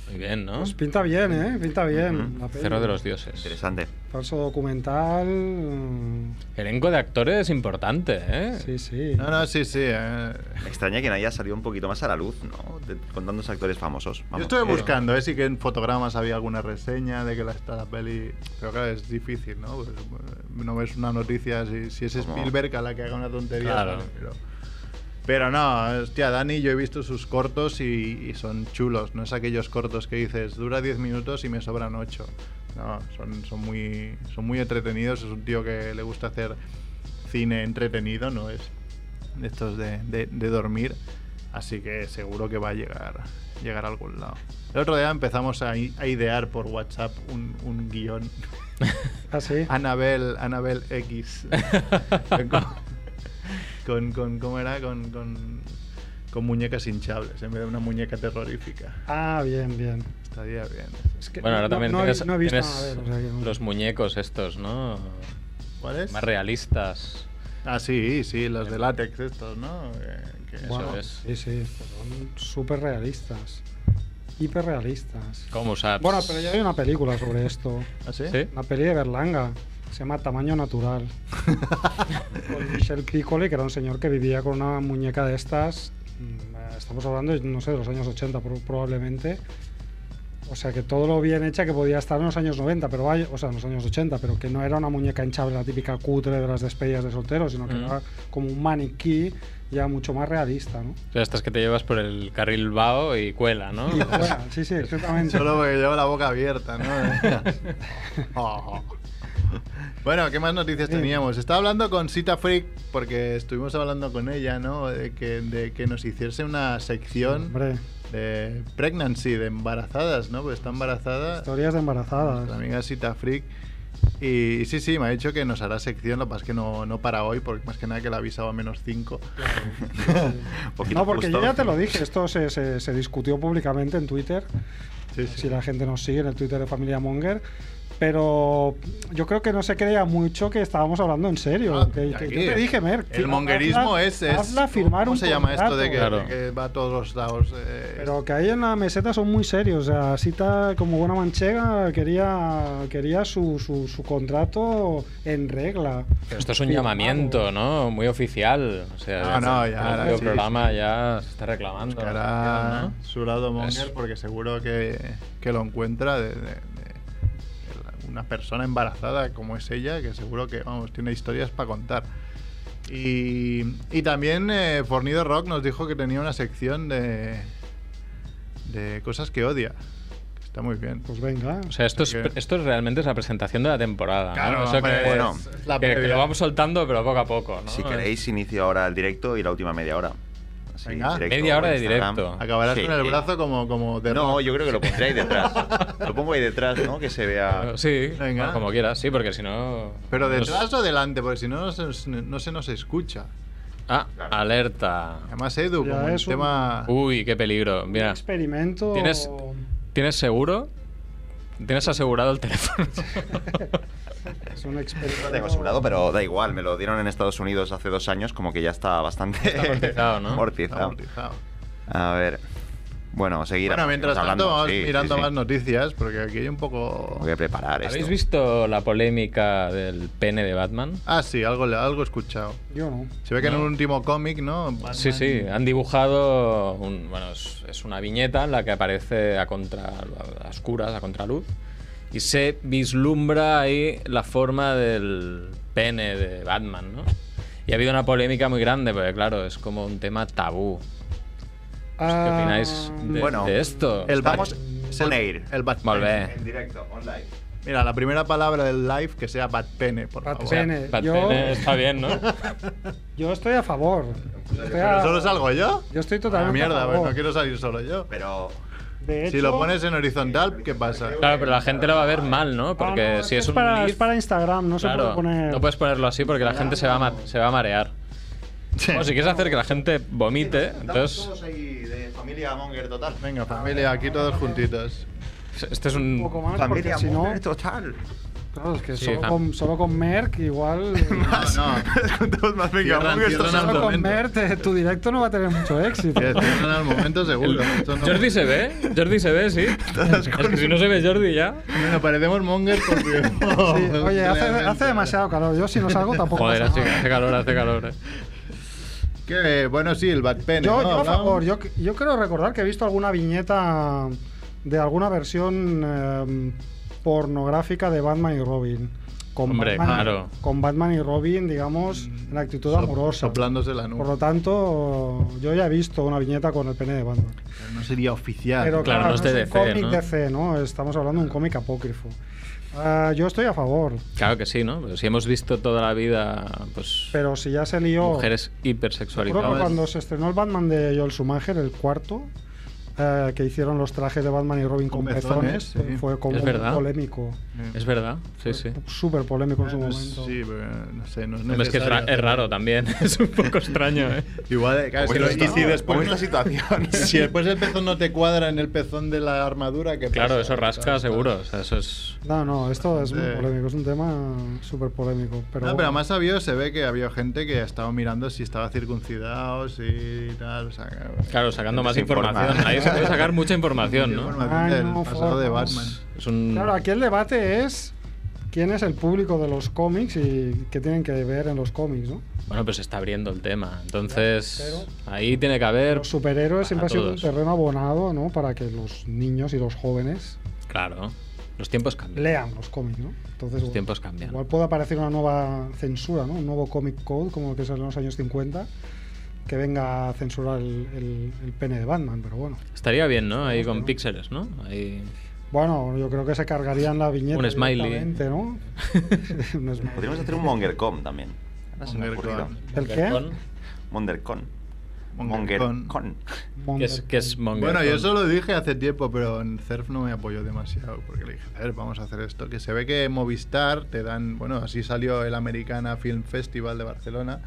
Muy bien, ¿no? Pues pinta bien, ¿eh? Pinta bien. la peli. Cero de los dioses. Interesante. Falso documental. mm, Elenco de actores importante, ¿eh? Sí, sí. No, no, sí, sí. eh. Me extraña que no haya salido un poquito más a la luz, ¿no? De- con tantos actores famosos. Yo Vamos. estuve Eh, buscando, ¿eh? Si que en fotogramas había alguna reseña de que la está la peli. Pero claro, es difícil, ¿no? Pues, no ves una noticia si, si es Como- Spielberg a la que haga una tontería. Claro. ¿no? Pero, pero no, hostia, Dani, yo he visto sus cortos y, y son chulos. No es aquellos cortos que dices, dura 10 minutos y me sobran 8. No, son, son, muy, son muy entretenidos. Es un tío que le gusta hacer cine entretenido, no es de estos de, de- de dormir. Así que seguro que va a llegar, llegar a algún lado. El otro día empezamos a, i- a idear por WhatsApp un, un guión. [LAUGHS] Ah, sí. Anabel, Anabel [LAUGHS] X. con, con, con- ¿Cómo era? Con, con, con muñecas hinchables en vez de una muñeca terrorífica. Ah, bien, bien. Estaría bien. Es que Bueno, ahora no- también no he- tienes, no he visto, tienes a ver, o sea que no- los muñecos estos, ¿no? ¿Cuál es? Más realistas. Ah, sí, sí, los de látex estos, ¿no? Eh, Que- que Bueno. eso- es. Sí, sí, son súper realistas. Hiperrealistas. Como Saps. Bueno, pero ya hay una película sobre esto. ¿Ah, sí? ¿Sí? Una peli de Berlanga. Se llama Tamaño Natural. con Michel Piccoli, que era un señor que vivía con una muñeca de estas. mm, eh, Estamos hablando, no sé, de los años 80 pro- probablemente. O sea, que todo lo bien hecha que podía estar en los años 90, pero vaya, o sea, en los años 80, pero que no era una muñeca hinchable, la típica cutre de las despedidas de solteros, sino que Mm. era como un maniquí ya mucho más realista, ¿no? O sea, estas que te llevas por el carril vaho y cuela, ¿no? Y bueno, sí, sí, exactamente. [LAUGHS] Solo porque llevo la boca abierta, ¿no? Oh. Bueno, ¿qué más noticias teníamos? Estaba hablando con Sita Freak, porque estuvimos hablando con ella, ¿no? De que, de que nos hiciese una sección Hombre, de pregnancy, de embarazadas, ¿no? Pues está embarazada historias de embarazadas. nuestra amiga Sita Freak. Y sí, sí, me ha dicho que nos hará sección, lo que pasa es que no, no para hoy, porque más que nada que la avisaba a menos 5. poquito No, porque justo. yo ya te lo dije, esto se, se- se discutió públicamente en Twitter, Sí, si sí. la gente nos sigue en el Twitter de Familia Monger, pero yo creo que no se creía mucho que estábamos hablando en serio. Ah, que- que aquí. yo te dije, Mer, El monguerismo hazla- es, es- hazla firmar ¿Cómo un se llama esto de que, contrato. Claro. que va a todos los lados? Eh, Pero que ahí en la meseta son muy serios. O sea, Sita, como buena manchega, quería, quería su, su- su contrato en regla. Pero esto es un Sí, llamamiento, ¿no? Muy oficial. O sea, No, Ah, no, ya, El ahora propio sí, Pues programa ya se está reclamando. Buscará ¿no? su lado monger Es- porque seguro que, que lo encuentra de, de- de- de la- una persona embarazada como es ella, que seguro que, vamos, tiene historias para contar. Y, y también eh, Fornido Rock nos dijo que tenía una sección de, de cosas que odia. Está muy bien. Pues venga. O sea, esto es, Porque- esto es realmente es la presentación de la temporada. ¿no? Claro, Eso Ah, hombre, que, bueno, que- la que, previa. lo vamos soltando, pero poco a poco. ¿no? Si queréis, inicio ahora el directo y la última media hora. Así, Venga. Media hora por de Instagram. directo. Acabarás Sí. con el brazo como, como de No, Rock. yo creo que lo pondré ahí detrás. [LAUGHS] Lo pongo ahí detrás, ¿no? Que se vea. Eh, Sí, Venga. como quieras, sí, porque si no. Pero nos- detrás o delante, porque si no, no se, no se nos escucha. Ah, alerta. Además, Edu, Ya como el es un- tema. Uy, qué peligro. Un Mira, experimento. Tienes- ¿tienes seguro? ¿Tienes asegurado el [LAUGHS] teléfono? [LAUGHS] Es un experimento. No tengo asegurado, pero da igual. Me lo dieron en Estados Unidos hace dos años, como que ya está bastante [LAUGHS] Está amortizado, ¿no? amortizado. amortizado. A ver. Bueno, seguir Bueno, mientras tanto, hablando, vamos sí, sí, mirando sí. más noticias, porque aquí hay un poco. Tengo que preparar esto. ¿Habéis visto la polémica del pene de Batman? Ah, sí, algo, algo he escuchado. Yo no. Se ve que en un último cómic, ¿no? Sí, Batman- sí, han dibujado, un- bueno, es, es una viñeta en la que aparece a contra a oscuras, a contraluz, y se vislumbra ahí la forma del pene de Batman, ¿no? Y ha habido una polémica muy grande, porque claro, es como un tema tabú. Pues, ¿Qué Ah, opináis de, Bueno, de esto? Pues, El Vamos Bat- es con el, Air. el Batman. Molt bé. En directo, online. Mira, la primera palabra del live que sea Batpene, por favor. Batpene. Yo- Batman está bien, ¿no? Yo estoy a favor. Estoy a- ¿Pero solo salgo yo? Yo estoy Ah, totalmente a mierda, favor. pues no quiero salir solo yo. Pero. De Si hecho- lo pones en horizontal, ¿qué pasa? Claro, pero la gente lo va a ver mal, ¿no? Ah, no, Porque si que es un para, gif, es para Instagram, no se claro, puede poner. no puedes ponerlo así porque la gente se va a, ma- se va a marear. [LAUGHS] Bueno, si quieres hacer que la gente vomite, entonces Todos ahí de familia Monger total. Pues- Venga, familia, aquí todos juntitos. este es un poco un más, porque si no, total. claro, es que Sí, solo, fam- con, solo con Merck, [LAUGHS] igual. [LAUGHS] No, no. Con todos más Venga Cierran, Monger cierran total. al solo con momento. Merck, te- tu directo no va a tener [LAUGHS] mucho éxito. Que cierran al momento seguro. Esto no- Jordi se ve, Jordi se ve, sí. Es que si no se ve Jordi ya. Bueno, parecemos Monger [LAUGHS] porque. Sí, oye, hace, hace demasiado calor. Yo, si no salgo, tampoco. Joder, pasa hace, nada. hace calor, hace calor. eh. Que, bueno, sí, el Batpene. Yo, ¿no? yo a Hablamos. favor, yo, yo quiero recordar que he visto alguna viñeta de alguna versión eh, pornográfica de Batman y Robin. Con Hombre, Batman, claro. Con Batman y Robin, digamos, en actitud Mm, Sop- amorosa. Soplándose la Por nube. lo tanto, yo ya he visto una viñeta con el pene de Batman. No sería oficial. Pero claro, claro, no es de un DC, cómic ¿no? DC, ¿no? Estamos hablando de un cómic apócrifo. Ah, yo estoy a favor, Claro que sí, ¿no? Pero si hemos visto toda la vida, pues. pero si ya se lió. Mujeres Creo que hipersexualizadas. cuando se estrenó el Batman de Joel Schumacher, el cuarto, eh, que hicieron los trajes de Batman y Robin con, Con pezones, pezones, sí. fue como Es muy verdad. polémico. Es verdad, sí, sí. Súper polémico en su No es- momento. Eh, Sí, pero no sé, no es Hombre, es que es, ra- necesario. es raro también, [LAUGHS] es un poco extraño, ¿eh? Igual, eh, claro, si lo- y si después, [LAUGHS] la situación. si después el pezón no te cuadra en el pezón de la armadura, que Claro, eso rasca seguro. O sea, eso es. No, no, esto es muy Sí. polémico, es un tema súper polémico. Pero, No, pero bueno. más sabido se ve que había gente que estaba mirando si estaba circuncidado, si tal. O sea, que- Claro, sacando más Desinforma. información. Ahí se puede sacar mucha información, ¿no? información Ay, del no, pasado de formas. Batman. Es un. Claro, aquí el debate es quién es el público de los cómics y qué tienen que ver en los cómics, ¿no? Bueno, pues se está abriendo el tema. Entonces, ahí tiene que haber. Los superhéroes Para siempre ha sido un todos. terreno abonado, ¿no? Para que los niños y los jóvenes Claro. Los tiempos cambian. lean los cómics, ¿no? Entonces, Los bueno, tiempos cambian. igual puede aparecer una nueva censura, ¿no? Un nuevo comic code, como el que salió en los años 50, que venga a censurar el, el- el pene de Batman, pero bueno. Estaría bien, ¿no? Ahí con ¿no? píxeles, ¿no? Ahí. Bueno, yo creo que se cargarían la viñeta. Un smiley. directamente, [LAUGHS] ¿no? un smiley. Podríamos hacer un MongerCon también. Mongercon. ¿El qué? Con- MongerCon. Mongercon. MongerCon. Que es, que es monger. Bueno, yo con- eso lo dije hace tiempo, pero en CERF no me apoyó demasiado, porque le dije, a ver, vamos a hacer esto, que se ve que Movistar te dan, bueno, así salió el Americana Film Festival de Barcelona,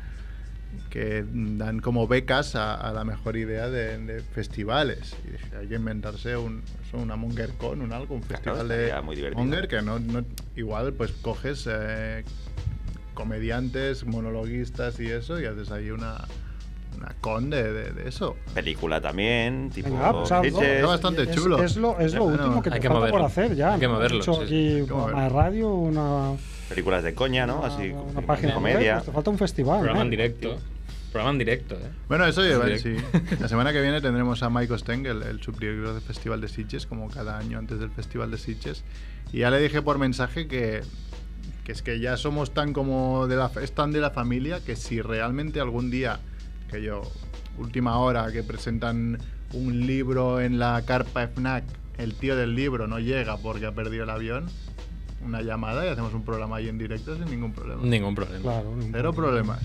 que dan como becas a, a la mejor idea de, de festivales. Y dije, hay que inventarse un, eso, una MongerCon, un algo, un festival estaría de muy divertido. Monger, que no, no- igual pues coges eh, comediantes, monologuistas y eso, y haces ahí una, una con de- de- de eso. Película también, tipo. Venga, pues hazlo. Hitches. Está bastante es, chulo. Es lo, es lo Bueno, último que hay te que falta por moverlo. hacer ya. Hay que ¿no? moverlo, He hecho sí, sí. aquí Hay un que programa de moverlo. radio, una, Películas de coña, ¿no? Así, Ah, una, con- página web, comedia. pues te falta un festival. Programa en ¿eh? directo. Programa en directo, ¿eh? Bueno, eso yo, Direct. sí. La semana que viene tendremos a Mike Osteng, el, el subdirector del Festival de Sitges, como cada año antes del Festival de Sitges. Y ya le dije por mensaje que, que es que ya somos tan como de la, es tan de la familia que si realmente algún día, que yo, última hora, que presentan un libro en la carpa FNAC, el tío del libro no llega porque ha perdido el avión, una llamada y hacemos un programa ahí en directo sin ningún problema. Ningún problema. Claro, ningún Cero problemas.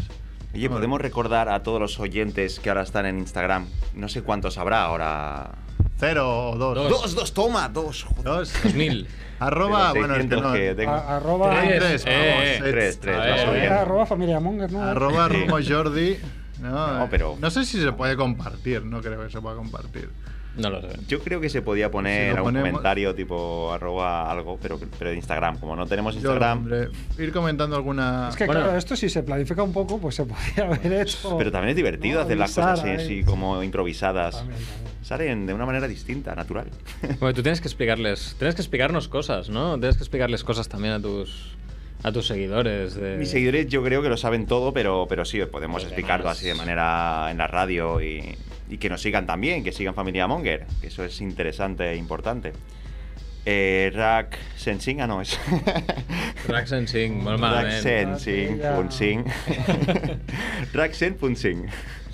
Oye, podemos recordar a todos los oyentes que ahora están en Instagram. No sé cuántos habrá ahora. Cero o dos. Dos. Dos, dos, toma, dos. joder. Dos. 2000. Arroba, De los bueno, es que 600 no. eh, que tengo. A- arroba, Tres, Tres, eh, vamos, este, Tres, tres, A va ver, subiendo. Era arroba familia Monger, ¿no? Arroba Sí. Rumo Jordi. No, No, pero- no sé si se puede compartir, no creo que se pueda compartir. No lo sé. Yo creo que se podía Si poner lo algún ponemos- comentario tipo arroba algo, pero, pero de Instagram. Como no tenemos Yo lo Instagram, pondré. ir comentando alguna. Es que Bueno. claro, esto si se planifica un poco, pues se podría [LAUGHS] haber hecho. pero también es divertido No, hacer las avisar cosas así, ahí. así como improvisadas. También, también. Salen de una manera distinta, natural. Bueno, tú tienes que explicarles, tienes que explicarnos cosas, ¿no? Tienes que explicarles cosas también a tus a tus seguidores. De... Mis seguidores yo creo que lo saben todo, pero, pero sí, podemos Los explicarlo demás. así de manera en la radio y, y que nos sigan también, que sigan Familia Monger, que eso es interesante e importante. Eh, Rack Sensing, ah, no, [LAUGHS] es... Raxen Singh, molt ¿eh? malament. Raxen Sing, Ah, Pun Sing. Raxen Pun Sing.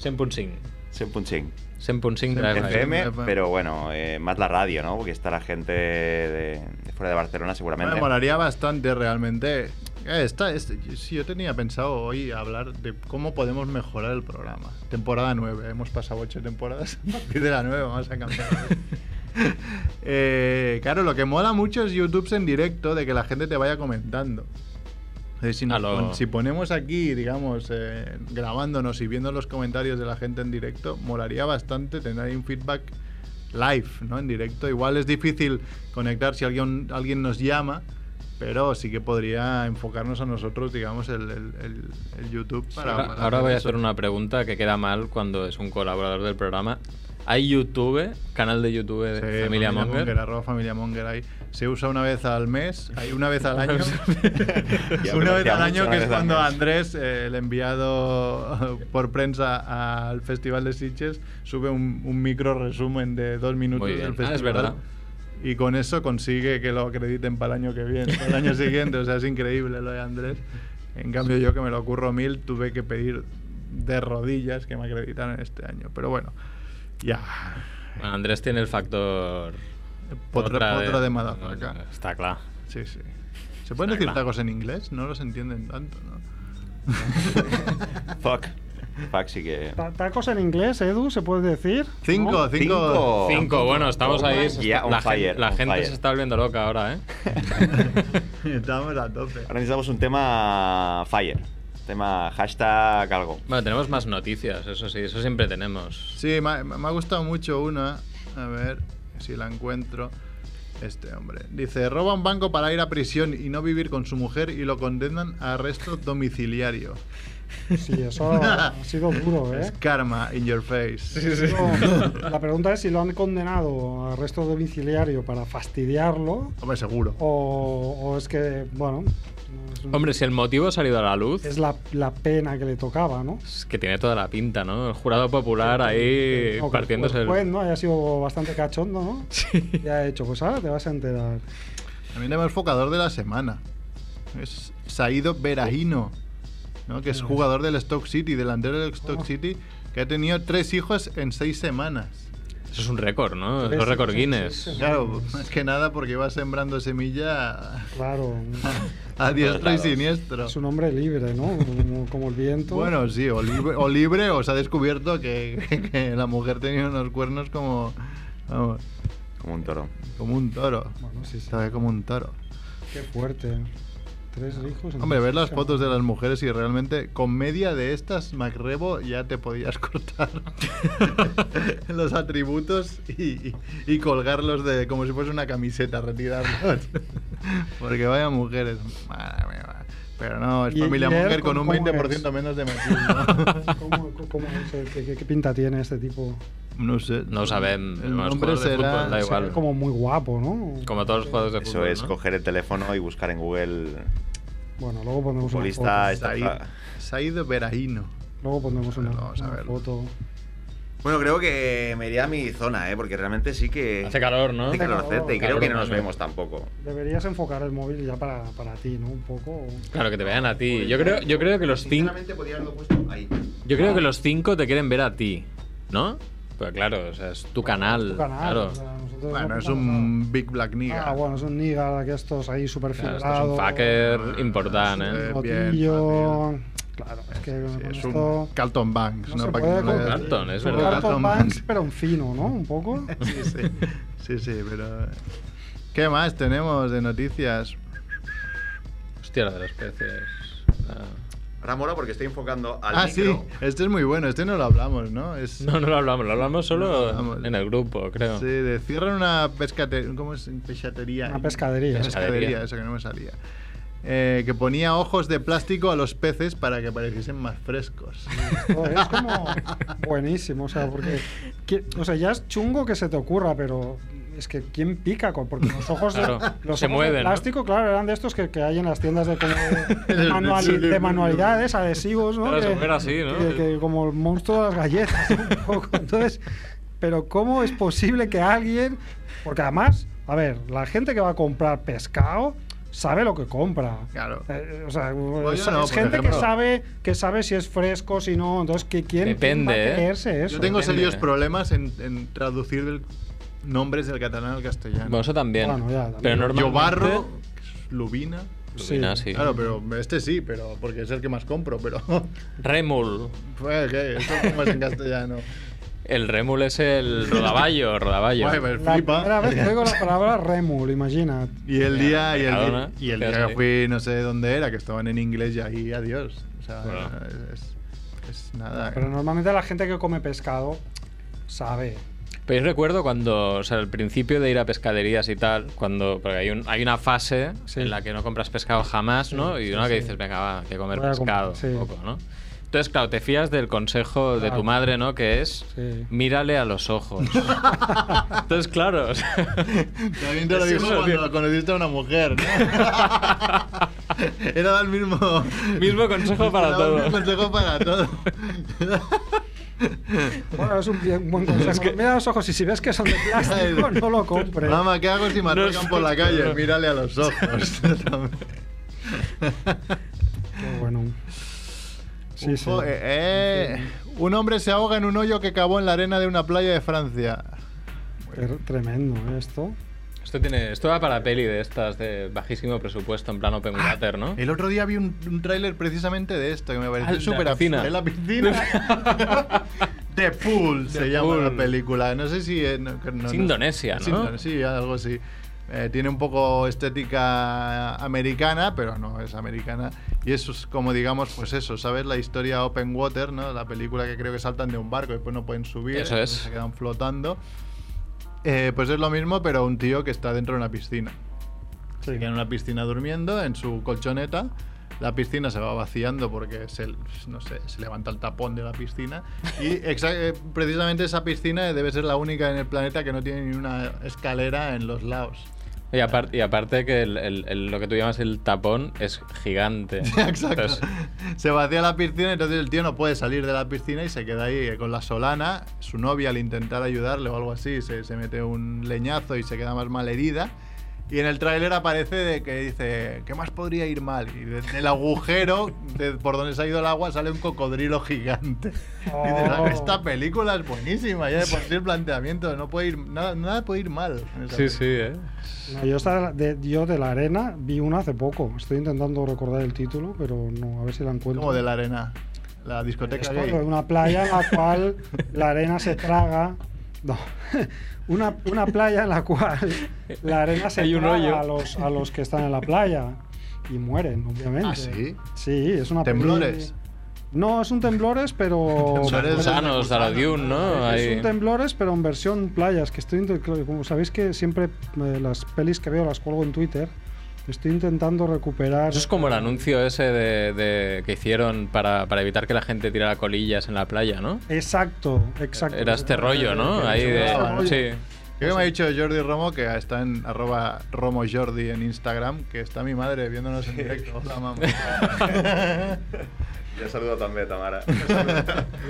100.5. Sen Pun Sing. 100.5 Drive High. FM, FM. pero bueno, eh, más la radio, ¿no? Porque está la gente de, de fuera de Barcelona seguramente. Me molaría bastante realmente. Eh, esta- este- sí, yo tenía pensado hoy hablar de cómo podemos mejorar el programa. Temporada 9, hemos pasado 8 temporadas. [LAUGHS] A partir de la 9 vamos a cambiar. Eh, claro, lo que mola mucho es YouTube en directo, de que la gente te vaya comentando. Eh, si, nos A lo- pon- si ponemos aquí, digamos, eh, grabándonos y viendo los comentarios de la gente en directo, molaría bastante tener ahí un feedback live, ¿no? En directo. Igual es difícil conectar si alguien, alguien nos llama, pero sí que podría enfocarnos a nosotros, digamos, el, el- el- el YouTube para... Ahora, para ahora voy a eso. hacer una pregunta que queda mal cuando es un colaborador del programa. ¿Hay YouTube, canal de YouTube de Sí, Familia Monger? arroba Familia Monger ahí. Se usa una vez al mes, hay una vez al año. [LAUGHS] Ya me una vez parecía al mucho, año, una que vez es al cuando mes. Andrés, eh, el enviado [LAUGHS] por prensa al Festival de Sitges, sube un, un micro resumen de dos minutos Muy bien. del Ah, festival. es verdad. Y con eso consigue que lo acrediten para el año que viene, para el año siguiente. O sea, es increíble lo de Andrés. En cambio, yo que me lo ocurro mil, tuve que pedir de rodillas que me acreditaran este año. Pero bueno, ya. Bueno, Andrés tiene el factor... Potro, otra potro de Madafaka. Está claro. Sí, sí. ¿Se pueden Está decir claro. tacos en inglés? No los entienden tanto, ¿no? [LAUGHS] Fuck. Fuck sí que... Ta- Tacos en inglés, Edu, se puede decir. Cinco, ¿No? cinco. Oh. Cinco, bueno, estamos ahí. se Ya, está- on la fire, gente, la on gente fire. se está volviendo loca ahora, [LAUGHS] ¿eh? [LAUGHS] Estamos a tope. Ahora necesitamos un tema fire. Tema hashtag algo. Bueno, tenemos más noticias, eso sí, eso siempre tenemos. Sí, me, ha- me ha gustado mucho una. A ver si la encuentro. Este hombre. Dice, roba un banco para ir a prisión y no vivir con su mujer y lo condenan a arresto domiciliario. Sí, [LAUGHS] eso ha sido duro, ¿eh? Es karma in your face. No, la pregunta es si lo han condenado a arresto domiciliario para fastidiarlo Hombre, seguro. Oh. o, o es que, bueno, no, es, un- Hombre, si el motivo ha salido a la luz, es la, la pena que le tocaba, ¿no? es que tiene toda la pinta, ¿no? El jurado popular ahí Aunque partiéndose el el... juez, pues ¿no? haya sido bastante cachondo, ¿no? Ya he hecho, pues ahora te vas a enterar. También tenemos focador de la semana. Es Saido Berahino, ¿no? que es jugador del Stoke City, delantero del Stoke Oh. City, que ha tenido tres hijos en seis semanas. Eso es un récord, ¿no? Es Sí, un sí, récord sí, sí, Guinness. sí. Claro, [LAUGHS] más que nada porque va sembrando semilla a, Claro, a diestro y lados. siniestro. es un hombre libre, ¿no? Como, como el viento. Bueno, sí, o libre, o libre o se ha descubierto que, que la mujer tenía unos cuernos como, vamos, Como un toro. como un toro. Bueno, sí, sí. Sabe como un toro. Qué fuerte. Tres hijos. en Hombre, ver las casa. fotos de las mujeres y realmente con media de estas, Macrebo, ya te podías [LAUGHS] cortar los atributos y, y colgarlos de como si fuese una camiseta, retirarlos. [LAUGHS] Porque vaya mujeres. madre mía. Pero no, es Y- familia y él mujer con un cómo es. 20% menos de machismo. ¿Cómo- cómo- cómo es el- qué, qué pinta tiene este tipo? no sé. No lo sabemos, El no es nombre jugador de será... fútbol, da Se igual. ve como muy guapo, ¿no? Como todos los jugadores de Eso fútbol, es ¿no? coger el teléfono y buscar en Google Bueno, luego pondremos una futbolista. foto. esta- Said, Said Berahino. Luego pondremos una, Vamos a una verlo. foto. Bueno, creo que me iría a mi zona, ¿eh? Porque realmente sí que... Hace calor, ¿no? Hace calorcete y creo Calor que no nos humano. vemos tampoco. Deberías enfocar el móvil ya para, para ti, ¿no? Un poco. Claro, que te vean a ti. Yo creo, yo creo que los cinco... Sinceramente podría haberlo puesto ahí. Yo creo que los cinco te quieren ver a ti, ¿no? Pero claro, o sea, es tu canal. Pues, Tu canal. Claro. o sea, nosotros no Bueno, es pintamos nada. un Big Black Nigga. Ah, bueno, es un niga que estos ahí súper Claro, filados. esto es un fucker importante, ¿eh? Eh, Motillo. Claro, es que Sí, con es esto... un Carlton Banks, No ¿no? se Para puede que no le- con Carlton, es Un verdad. Carlton Banks, Banks. pero un fino, ¿no? Un poco. Sí, sí. Sí, sí, pero. ¿Qué más tenemos de noticias? Hostia, la de los peces. Ah. Ahora mola porque estoy enfocando al Ah, micro. sí. Este es muy bueno, este no lo hablamos, ¿no? Es, No, no lo hablamos, lo hablamos solo No lo hablamos. en el grupo, creo. Sí, de cierran una pescatería. ¿Cómo es? Pescatería. Una pescadería. Pescadería, eso que no me salía. Eh, que ponía ojos de plástico a los peces para que pareciesen más frescos. [LAUGHS] Joder, es como buenísimo, o sea, porque que- o sea, ya es chungo que se te ocurra, pero es que quién pica con porque los ojos de- Claro, los se ojos de mueven, ¿no? plástico, claro, eran de estos que, que hay en las tiendas [LAUGHS] de, como de En el manuali- Mitsubishi. de manualidades, adhesivos, ¿no? Claro, que, se mueve así, ¿no? que- que como el monstruo de las galletas, [LAUGHS] un poco. Entonces, pero ¿cómo es posible que alguien porque además, a ver, la gente que va a comprar pescado sabe lo que compra. Claro. Eh, o sea, Pues yo es, no, es por gente ejemplo. que sabe que sabe si es fresco, si no. Entonces, ¿qué- ¿quién, Depende, quién va ¿eh? a creerse eso? Yo tengo Depende. serios problemas en, en traducir del- nombres del catalán al castellano. Bueno, eso también. Bueno, ya, también. Pero normalmente... Yo barro, lubina. Sí. Lumina, sí. Claro, pero este sí, pero porque es el que más compro, pero. [LAUGHS] Remul. Pues, ¿qué? Esto cómo es [LAUGHS] en castellano. El remul es el rodaballo, rodaballo. Bueno, me La primera pues flipa. vez que oigo la palabra remul, imagina. [LAUGHS] Y el día, y el, Mercadona, día, y el te vas día ahí. que fui, no sé dónde era, que estaban en inglés y ahí, adiós. O sea, Bueno. es, es nada. Pero normalmente la gente que come pescado sabe. Pero yo recuerdo cuando, o sea, al principio de ir a pescaderías y tal, cuando, porque hay, un- hay una fase Sí. en la que no compras pescado jamás, ¿no? Y sí, una que sí. dices, venga, va, hay que comer Voy a pescado, comprar, sí. un poco, ¿no? Entonces, claro, te fías del consejo de Claro. tu madre, ¿no? Que es, Sí. mírale a [LAUGHS] los ojos. Entonces, claro, o sea, También te lo Es dijo eso, cuando tío. conociste a una mujer, ¿no? [LAUGHS] Era el mismo. Mismo consejo para Era el mismo todo. consejo para todo. Bueno, es un bien- [LAUGHS] buen consejo. Mira los ojos y si ves que son de plástico, no lo compres. Mamá, ¿qué hago si me No atacan es por la justo, calle? no. Mírale a [LAUGHS] los ojos. Qué bueno. Sí, sí. Ojo, eh, eh, un hombre se ahoga en un hoyo que cavó en la arena de una playa de Francia. Qué Tremendo ¿eh? esto. esto, tiene, esto va para peli de estas de bajísimo presupuesto, en plan Open Ah, Water, ¿no? El otro día vi un, un tráiler precisamente de esto que me Ah, pareció la súper piscina. absurdo. De la [LAUGHS] piscina. The Pool se The llama la Pool. película. No sé si. eh, no- que no- Es no- Indonesia, es ¿no? Indone- sí, algo así. Eh, tiene un poco estética americana, pero no es americana. Y eso es como, digamos, pues eso, ¿sabes? La historia Open Water, ¿no? La película que creo que saltan de un barco y después no pueden subir. Eso entonces es. Se quedan flotando. Eh, pues es lo mismo, pero un tío que está dentro de una piscina. Sí. Tiene una piscina durmiendo en su colchoneta. La piscina se va vaciando porque se, no sé, se levanta el tapón de la piscina. Y exa- eh, precisamente esa piscina debe ser la única en el planeta que no tiene ni una escalera en los lados. Y, apar- y aparte que el- el- el- lo que tú llamas el tapón es [LAUGHS] gigante. [LAUGHS] Exacto. Entonces, Se vacía la piscina, entonces el tío no puede salir de la piscina y se queda ahí eh, con la solana. Su novia al intentar ayudarle o algo así, se, se mete un leñazo y se queda más malherida. Y en el tráiler aparece de que dice, ¿qué más podría ir mal? Y de- del agujero de por donde se ha ido el agua sale un cocodrilo gigante. Y dices, "Ah, Oh. esta película es buenísima, ya de por sí el planteamiento, no puede ir, nada, nada puede ir mal. en esa sí, sí, película. ¿eh? No, yo, esta de la- de, yo de la arena vi una hace poco. Estoy intentando recordar el título, pero no, a ver si la encuentro. Como de la arena, la discoteca Esto gay. de una playa en [LAUGHS] la cual la arena se traga. No. [LAUGHS] Una, una playa en la cual la arena se Hay un traga hoyo. A, los, a los que están en la playa y mueren, obviamente. ¿Ah, sí? Sí, es una peli- ¿Temblores? No, es un temblores, pero. [LAUGHS] Temblores pero- Gusanos, a la Dune, ¿no? pues, ah, es Ahí. un temblores, pero en versión playa. Es que estoy. inte- claro, Como sabéis que siempre eh, las pelis que veo las cuelgo en Twitter. Estoy intentando recuperar. Eso es como el anuncio ese de, de- que hicieron para, para evitar que la gente tirara colillas en la playa, ¿no? Exacto, exacto. Era este rollo, ¿no? Ahí de... Sí. Creo que me ha dicho Jordi Romo que está en arroba Romo Jordi en Instagram, que está mi madre viéndonos en directo. [LAUGHS] Hola, mamá. Yo saludo también, Tamara.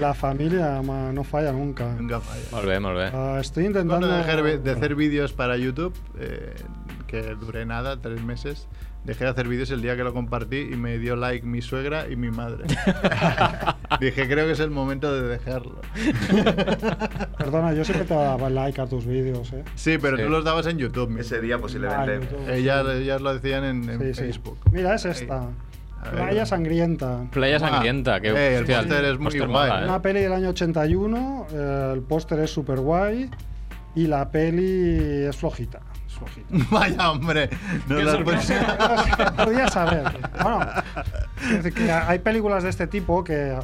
La familia ma, no falla nunca. Nunca falla. Molt bé, molt bé. Ah, estoy Bueno, intentando. de, hacer vi- de hacer vídeos para YouTube, eh, que duré nada, tres meses, dejé de hacer vídeos el día que lo compartí y me dio like mi suegra y mi [LAUGHS] madre. Dije, creo que es el momento de dejarlo. [LAUGHS] Perdona, yo siempre te daba like a tus vídeos, ¿eh? Sí, pero Sí. tú los dabas en YouTube. mira. Ese día Ah, posiblemente. YouTube. Ellas, ellas lo decían en, en Sí, sí. Facebook. Mira, es Ahí. esta. A ver. Playa sangrienta. Playa Ah, sangrienta, que... eh, el hostia, póster es muy póster guay. mola, ¿eh? Una peli del año 81. eh, el póster es super guay. Y la peli es flojita. Es flojita. [LAUGHS] Vaya, hombre. No Qué [LAUGHS] las sorpresa. [LAUGHS] puedes- Podía saber. pues. Bueno, Quiero decir que hay películas de este tipo que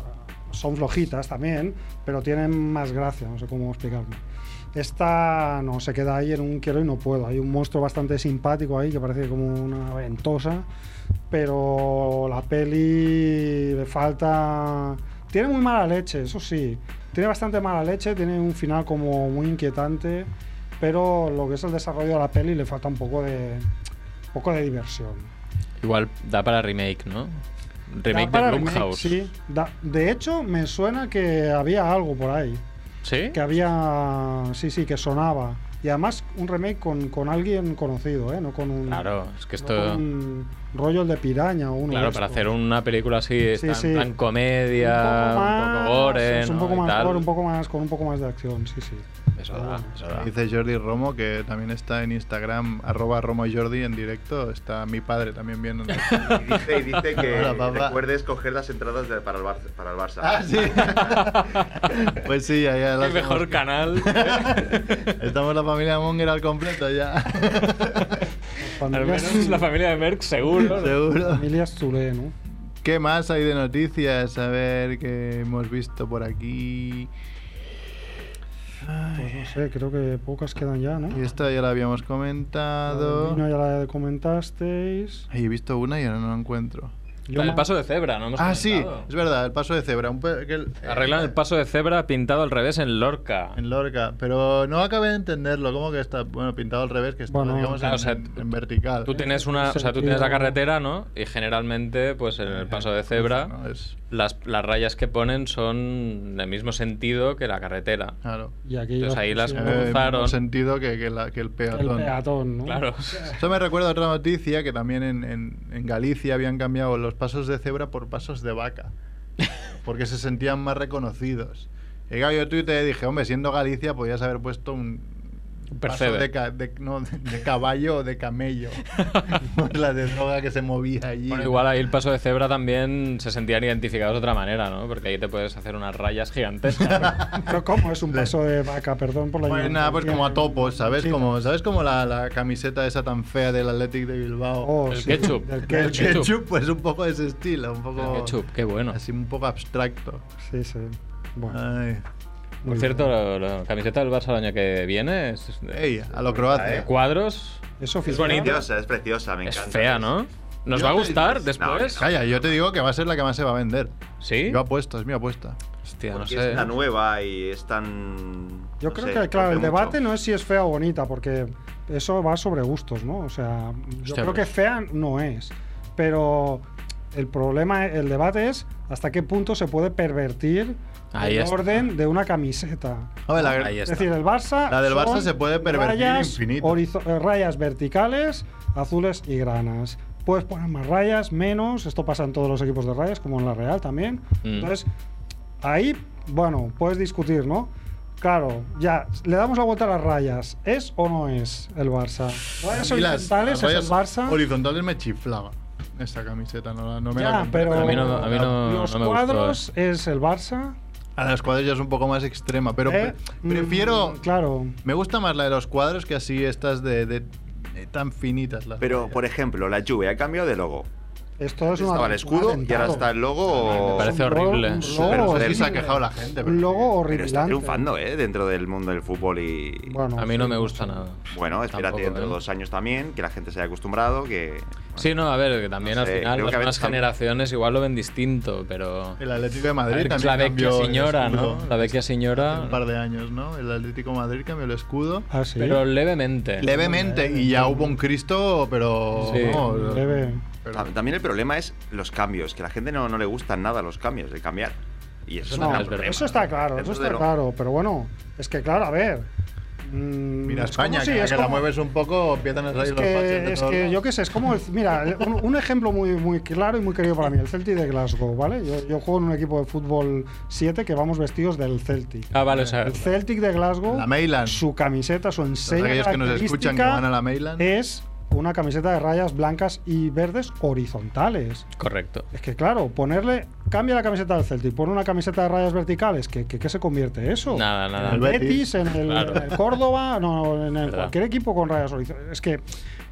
son flojitas también, pero tienen más gracia, no sé cómo explicarme. Esta no se queda ahí en un quiero y no puedo. Hay un monstruo bastante simpático ahí que parece como una ventosa, pero la peli le falta. Tiene muy mala leche, eso sí. Tiene bastante mala leche, tiene un final como muy inquietante, pero lo que es el desarrollo de la peli le falta un poco de, un poco de diversión. Igual da para remake, ¿no? Da Remake para de Blumhouse. sí. Da- de hecho, me suena que había algo por ahí. ¿Sí? Que había. Sí, sí, que sonaba. Y además un remake con, con alguien conocido, ¿eh? No con un. Claro, es que no esto. con un rollo de piraña o uno. Claro, de para estos. hacer una película así, Sí, tan, sí. tan comedia, un poco, gore, es un ¿no? poco y más tal. gore, un poco más, con un poco más de acción, sí, sí. Eso da, eso da. Dice Jordi Romo, que también está en Instagram, arroba Romo Jordi en directo. Está mi padre también viendo. Y dice, y dice que [LAUGHS] Hola, papá. recuerdes coger las entradas de- para, el Barça, para el Barça. ah, sí. pues sí, ya, ya. las El mejor [LAUGHS] hemos- canal. Estamos la familia Monger al [LAUGHS] completo ya. Al Familias, menos la familia de Merck, seguro. Seguro. familias Zule, ¿no? ¿Qué más hay de noticias? A ver, que hemos visto por aquí. Pues no sé, creo que pocas quedan ya, ¿no? Y esta ya la habíamos La comentado. del vino ya la comentasteis. Ahí he visto una y ahora no la encuentro. La del paso de cebra, ¿no? Hemos Ah, sí, comentado. es verdad, el paso de cebra. un pe- que el- eh, Arreglan el paso de cebra pintado al revés en Lorca. En Lorca, pero no acabé de entenderlo. ¿Cómo que está? Bueno, pintado al revés, que está, Bueno, digamos, claro, en, o sea, en tú- vertical. Tú tienes una, o sea, tú tienes la carretera, ¿no? Y generalmente, pues en el paso de No, cebra, es- las, las rayas que ponen son del mismo sentido que la carretera. claro. Y aquí Entonces ahí las sí, Eh, en cruzaron. el sentido que, que la- que el El peatón. peatón, ¿no? [LAUGHS] Claro. Eso me recuerda a otra noticia que también en, en- en Galicia habían cambiado los pasos de cebra por pasos de vaca, porque se sentían más reconocidos. Y claro, yo tuiteé y dije, hombre, siendo Galicia podías haber puesto un paso Percebe. de, ca- de- no, de- de caballo o de [LAUGHS] camello, por la de droga que se movía allí. Bueno, igual ahí el paso de cebra también se sentían identificados de otra manera, ¿no? Porque ahí te puedes hacer unas rayas [LAUGHS] gigantescas. Pero ¿cómo [LAUGHS] es un paso de vaca? Perdón por la Pues ignorancia. nada, pues como a topos, ¿sabes? Sí. Como, ¿Sabes como la, la camiseta esa tan fea del Athletic de Bilbao? Oh, El sí, ketchup. del el ketchup. ketchup, pues un poco de ese estilo, un poco... El ketchup, qué bueno. Así un poco abstracto. Sí, sí. Bueno, Ay. Por muy cierto, bien. la, la camiseta del Barça el año que viene es de, Ey, a lo croata. de cuadros. es oficial. bonito. Preciosa, es preciosa, me es encanta. fea, ¿no? ¿Nos Yo va a te- gustar no, después? Calla, yo te digo que va a ser la que más se va a vender. ¿Sí? Yo apuesto, es mi apuesta. Hostia, no Porque sé. Es la nueva y es tan. Yo no creo sé, que, claro, el rompe mucho. debate no es si es fea o bonita, porque eso va sobre gustos, ¿no? O sea, yo Hostia, creo que pues. fea no es, pero el problema, el debate es hasta qué punto se puede pervertir Ahí el está. orden de una camiseta. A ver, la- Ahí Es está. decir, el Barça. La del Barça son se puede pervertir rayas infinito. horizo- eh, Rayas verticales, azules y granas. Puedes poner más rayas, menos. Esto pasa en todos los equipos de rayas, como en la Real también. Mm. Entonces, ahí, bueno, puedes discutir, ¿no? Claro, ya, le damos la vuelta a las rayas. ¿Es o no es el Barça? Rayas a mí las- horizontales las es el rayas Barça. Horizontales me chiflaba. Esta camiseta no, la- no me la Ya, compré. pero A mí no- a mí los no- no me gustó, eh. cuadros es el Barça. A las cuadrillas es un poco más extrema, pero ¿eh? pre- prefiero. Mm, claro. Me gusta más la de los cuadros que así estas de, de- de tan finitas. Las Pero, rayas. por ejemplo, la lluvia ha cambiado de logo. Esto es una- Estaba el escudo un y ahora atentado. está el logo. Me parece Un logo- horrible. un Súper logo Pero horrible. sí se ha horrible. quejado la gente. pero- Un logo Pero está horripilante. triunfando, ¿eh? Dentro del mundo del fútbol y. Bueno, Bueno, A mí no sí, me sé. gusta nada. espérate Tampoco, dentro de ¿eh? dos años también, que la gente se haya acostumbrado, que. Sí, no, a ver, que también No al sé, final creo las que a veces nuevas también- generaciones igual lo ven distinto, pero... El Atlético de A Madrid ver, que es también. la vecchia cambió el señora, ¿no? escudo. La vecchia Hace señora, un par de años, ¿no? El Atlético de Madrid cambió el escudo. Ah, sí. pero levemente. Levemente, y ya hubo un Cristo, pero. Sí. no, Leve. pero- Tam- También el problema es los cambios, que a la gente no, no le gustan nada los cambios, de cambiar. Y eso, es No, un gran es verdad. problema. eso está claro, eso Dentro está de lo- claro. Pero bueno, es que claro, a ver. mm, Mira, es España, como si- que, es que la como- mueves un poco, empiezan a es salir los que, parches de es todos que lados. yo qué sé, es como, el- mira, el- un, un ejemplo muy, muy claro y muy querido para mí, el Celtic de Glasgow, ¿vale? Yo, yo juego en un equipo de fútbol 7 que vamos vestidos del Celtic. Ah, vale, o sea... El Celtic de Glasgow, La Mailand. su camiseta, su enseña aquellos que nos escuchan que característica van a la Mailand. es una camiseta de rayas blancas y verdes horizontales. Correcto. Es que claro, ponerle, cambia la camiseta del Celtic, pone una camiseta de rayas verticales, ¿qué, qué, qué se convierte eso? Nada, En el nada. Betis. Betis, en el, Claro. en el [LAUGHS] Córdoba, no, en el- Verdad. cualquier equipo con rayas horizontales. Es que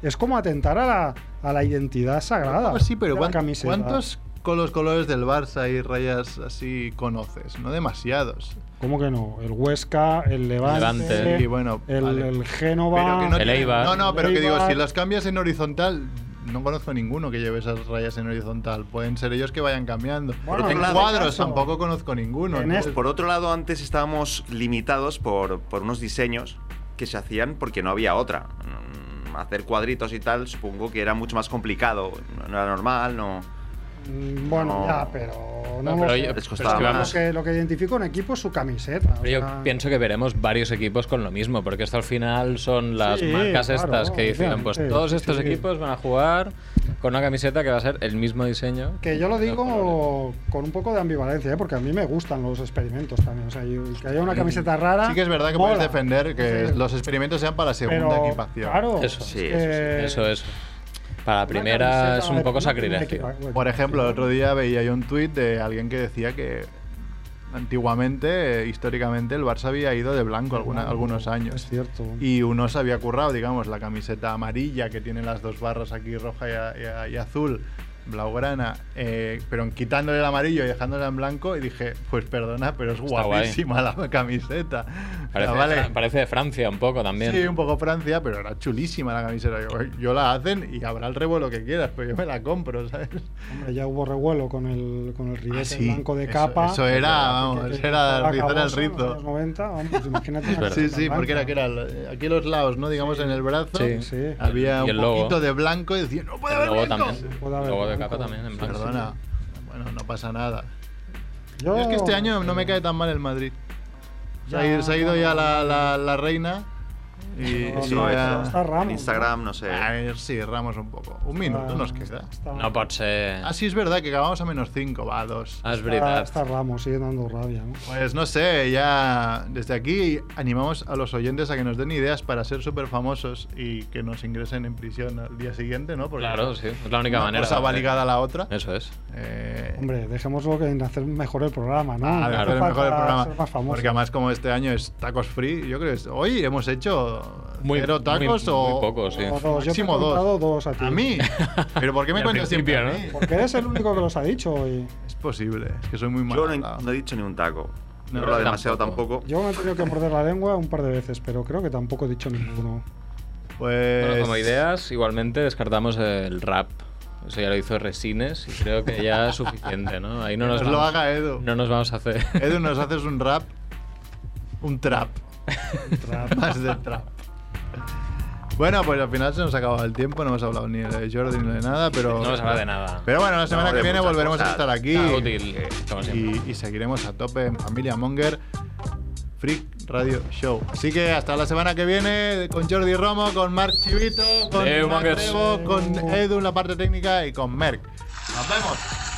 es como atentar a la, a la identidad sagrada. Ah, sí, pero de la ¿cuán- camiseta. ¿cuántos con los colores del Barça y rayas así conoces, no demasiados. ¿Cómo que no? El Huesca, el Levante, Levante. Sí, bueno, el, vale. el Génova. Pero que no El tiene- Eibar. No, no, pero que digo, Eibar. si las cambias en horizontal, no conozco ninguno que lleve esas rayas en horizontal. Pueden ser ellos que vayan cambiando. Bueno, en tengo la cuadros caso. tampoco conozco ninguno. En ¿no? este- Por otro lado, antes estábamos limitados por, por unos diseños que se hacían porque no había otra. Mm, Hacer cuadritos y tal, supongo que era mucho más complicado. No- No era normal, no. Mm, Bueno, No. ya, pero no No, lo pero sé. yo- Les pero es costaba que más. Lo, vamos- que, lo que identifico un equipo es su camiseta. o Pero yo sea, pienso que veremos varios equipos con lo mismo, porque esto al final son las Sí, marcas claro, estas que dicen, pues obviamente, todos sí, estos sí. equipos van a jugar con una camiseta que va a ser el mismo diseño. Que yo lo Los colores. digo con un poco de ambivalencia, ¿eh? porque a mí me gustan los experimentos también. O sea, yo- que haya Mm. una camiseta rara. Sí que es verdad que mola. puedes defender que Sí. los experimentos sean para segunda Pero, equipación. Claro. Eso, Sí, es eso sí, que- Eso, eso. Para la una primera camiseta es un de poco primer sacrilegio. equipo, ¿eh? bueno, Por ejemplo, el sí, otro día veía yo un tuit de alguien que decía que antiguamente, eh, históricamente, el Barça había ido de blanco alguna- algunos Es años. cierto. Y uno se había currado, digamos, la camiseta amarilla que tiene las dos barras aquí, roja y, a- y a- y azul, blaugrana, eh, pero quitándole el amarillo y dejándola en blanco. Y dije, pues perdona, pero es Está guay. guapísima la camiseta. Parece, Ah, vale. parece de Francia un poco también. Sí, un poco Francia, pero era chulísima la camiseta. Yo, yo la hacen y habrá el revuelo que quieras, pero yo me la compro, ¿sabes? Hombre, ya hubo revuelo con el, con el ribete Ah, sí, blanco de eso- capa. eso era, vamos, eso era estaba rizar el caboso en los rizo. años 90, vamos, pues [LAUGHS] imagínate. una verdad. Sí, camiseta sí, porque era blanca. que era el- aquí los lados, ¿no? Digamos en el brazo. Sí. Sí. Había Y el un logo. poquito de blanco y decía, no puede El haber logo blanco". también. Sí, El puede haber logo de blanco. capa también en blanco. Perdona. Bueno, no pasa nada. Yo- Es que este año no me cae tan mal el Madrid. Se ha Ya, ido, se ha ido ya la, la- la reina. Y No, sí, no, ya- está Ramos, en Instagram, no sé. A ver, sí, Ramos un poco. Un minuto Ah, nos queda. está- No pot ser. Ah, sí, es verdad que acabamos a menos 5, va, 2. Ah, es está, verdad. está Ramos, sigue dando rabia. ¿no? Pues no sé, ya desde aquí animamos a los oyentes a que nos den ideas para ser súper famosos y que nos ingresen en prisión al día siguiente, ¿no? Porque Claro, sí. Es la única una manera. cosa de va hacer. ligada a la otra. Eso es. Eh, Hombre, dejémoslo que en hacer mejor el programa, ¿no? a No ver, hace hacer falta mejor el ser más programa. famoso. Porque además como este año es tacos free, yo creo que es- hoy hemos hecho Muy- cero muy- tacos muy o... poco, sí. O dos, yo te he máximo dos. contado dos a ti. [LAUGHS] ¿A mí? ¿Pero por qué me Al cuentas siempre a principio, mí? Porque eres el único que los ha dicho hoy. Es posible, es que soy muy mal Yo no, he- hablado. no he dicho ni un taco. No, No, he hablado demasiado tampoco. tampoco. Yo me he tenido que morder la lengua un par de veces, pero creo que tampoco he dicho [LAUGHS] ninguno. Pues... Bueno, como ideas, igualmente descartamos el rap. Eso ya lo hizo Resines y creo que ya es suficiente, ¿no? Ahí no nos, Pues lo vamos- haga Edu. no nos vamos a [LAUGHS] hacer. Edu, nos haces un rap. Un trap. Más de trap. Bueno, pues al final se nos ha acabado el tiempo, no hemos hablado ni de Jordi ni de nada, pero. No hemos hablado de nada. Pero bueno, la semana No, que de viene muchas volveremos a cosas. estar aquí. Nada [LAUGHS] útil, como siempre. y, y seguiremos a tope en Familia Monger Freak Radio Show. Así que hasta la semana que viene con Jordi Romo, con Marc Chivito, con Adeu, Marc Mongers. Rebo, con Edu en la parte técnica y con Merck. ¡Nos vemos!